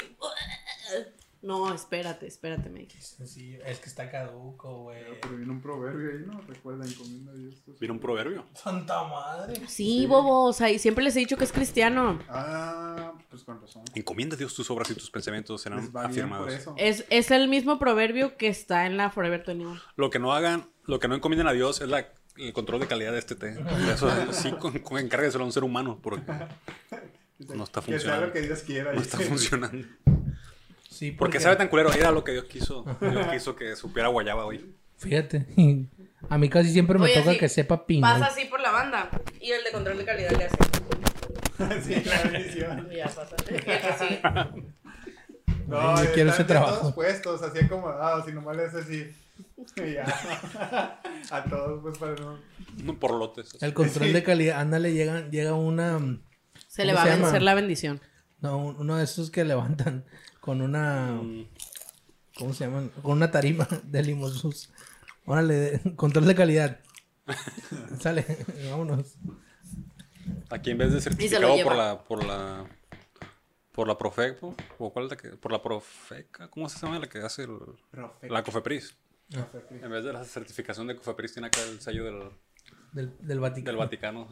No, espérate, espérate, me dije.
Sí, es que está caduco, güey.
Pero viene un proverbio ahí, ¿no? Recuerda, encomienda a Dios. tus-
Viene un proverbio.
Santa madre.
Sí, bobo, o sea, y siempre les he dicho que es cristiano.
Ah, pues con razón.
Encomienda a Dios tus obras y tus pensamientos serán
Les va bien por
afirmados.
eso.
Es, es el mismo proverbio que está en la Forever 21.
Lo que no hagan, lo que no encomienden a Dios es la, el control de calidad de este té. Eso sí, con, con encárgueselo a un ser humano porque no está
Que sea
funcionando.
lo que Dios quiera.
No está
dice.
funcionando.
Sí, porque,
Porque sabe tan culero, era lo que Dios quiso. Dios quiso que supiera guayaba hoy.
Fíjate, (laughs) a mí casi siempre me
Oye,
toca
sí.
que sepa
Pasa
piña.
así por la banda y el de control de calidad le hace.
(laughs) sí, la bendición.
Y ya pasa. (laughs) Y el que sigue.
No,
Yo
eh,
quiero
están
ese
de
trabajo.
todos puestos, así acomodados, y nomás le hace así. (laughs) Y ya. (laughs) a todos, pues para no.
No por lotes.
El control
Sí.
de calidad, ándale, llega, llega una, mm,
Se le
¿Cómo
va a
se llama?
vencer la bendición.
no, un- uno de esos que (laughs) levantan con una, ¿cómo se llaman? Con una tarima (laughs) de limosus. Órale, de- control de calidad. Sale, vámonos.
Aquí en vez de
lo
certificado por
lleva.
la, por la, por la Profeco, o cuál es la que, por la Profeca, ¿cómo se llama la que hace el-
Profe.
la Cofepris? En vez de la certificación de Cofepris tiene acá el sello del,
Del, del Vaticano.
del Vaticano.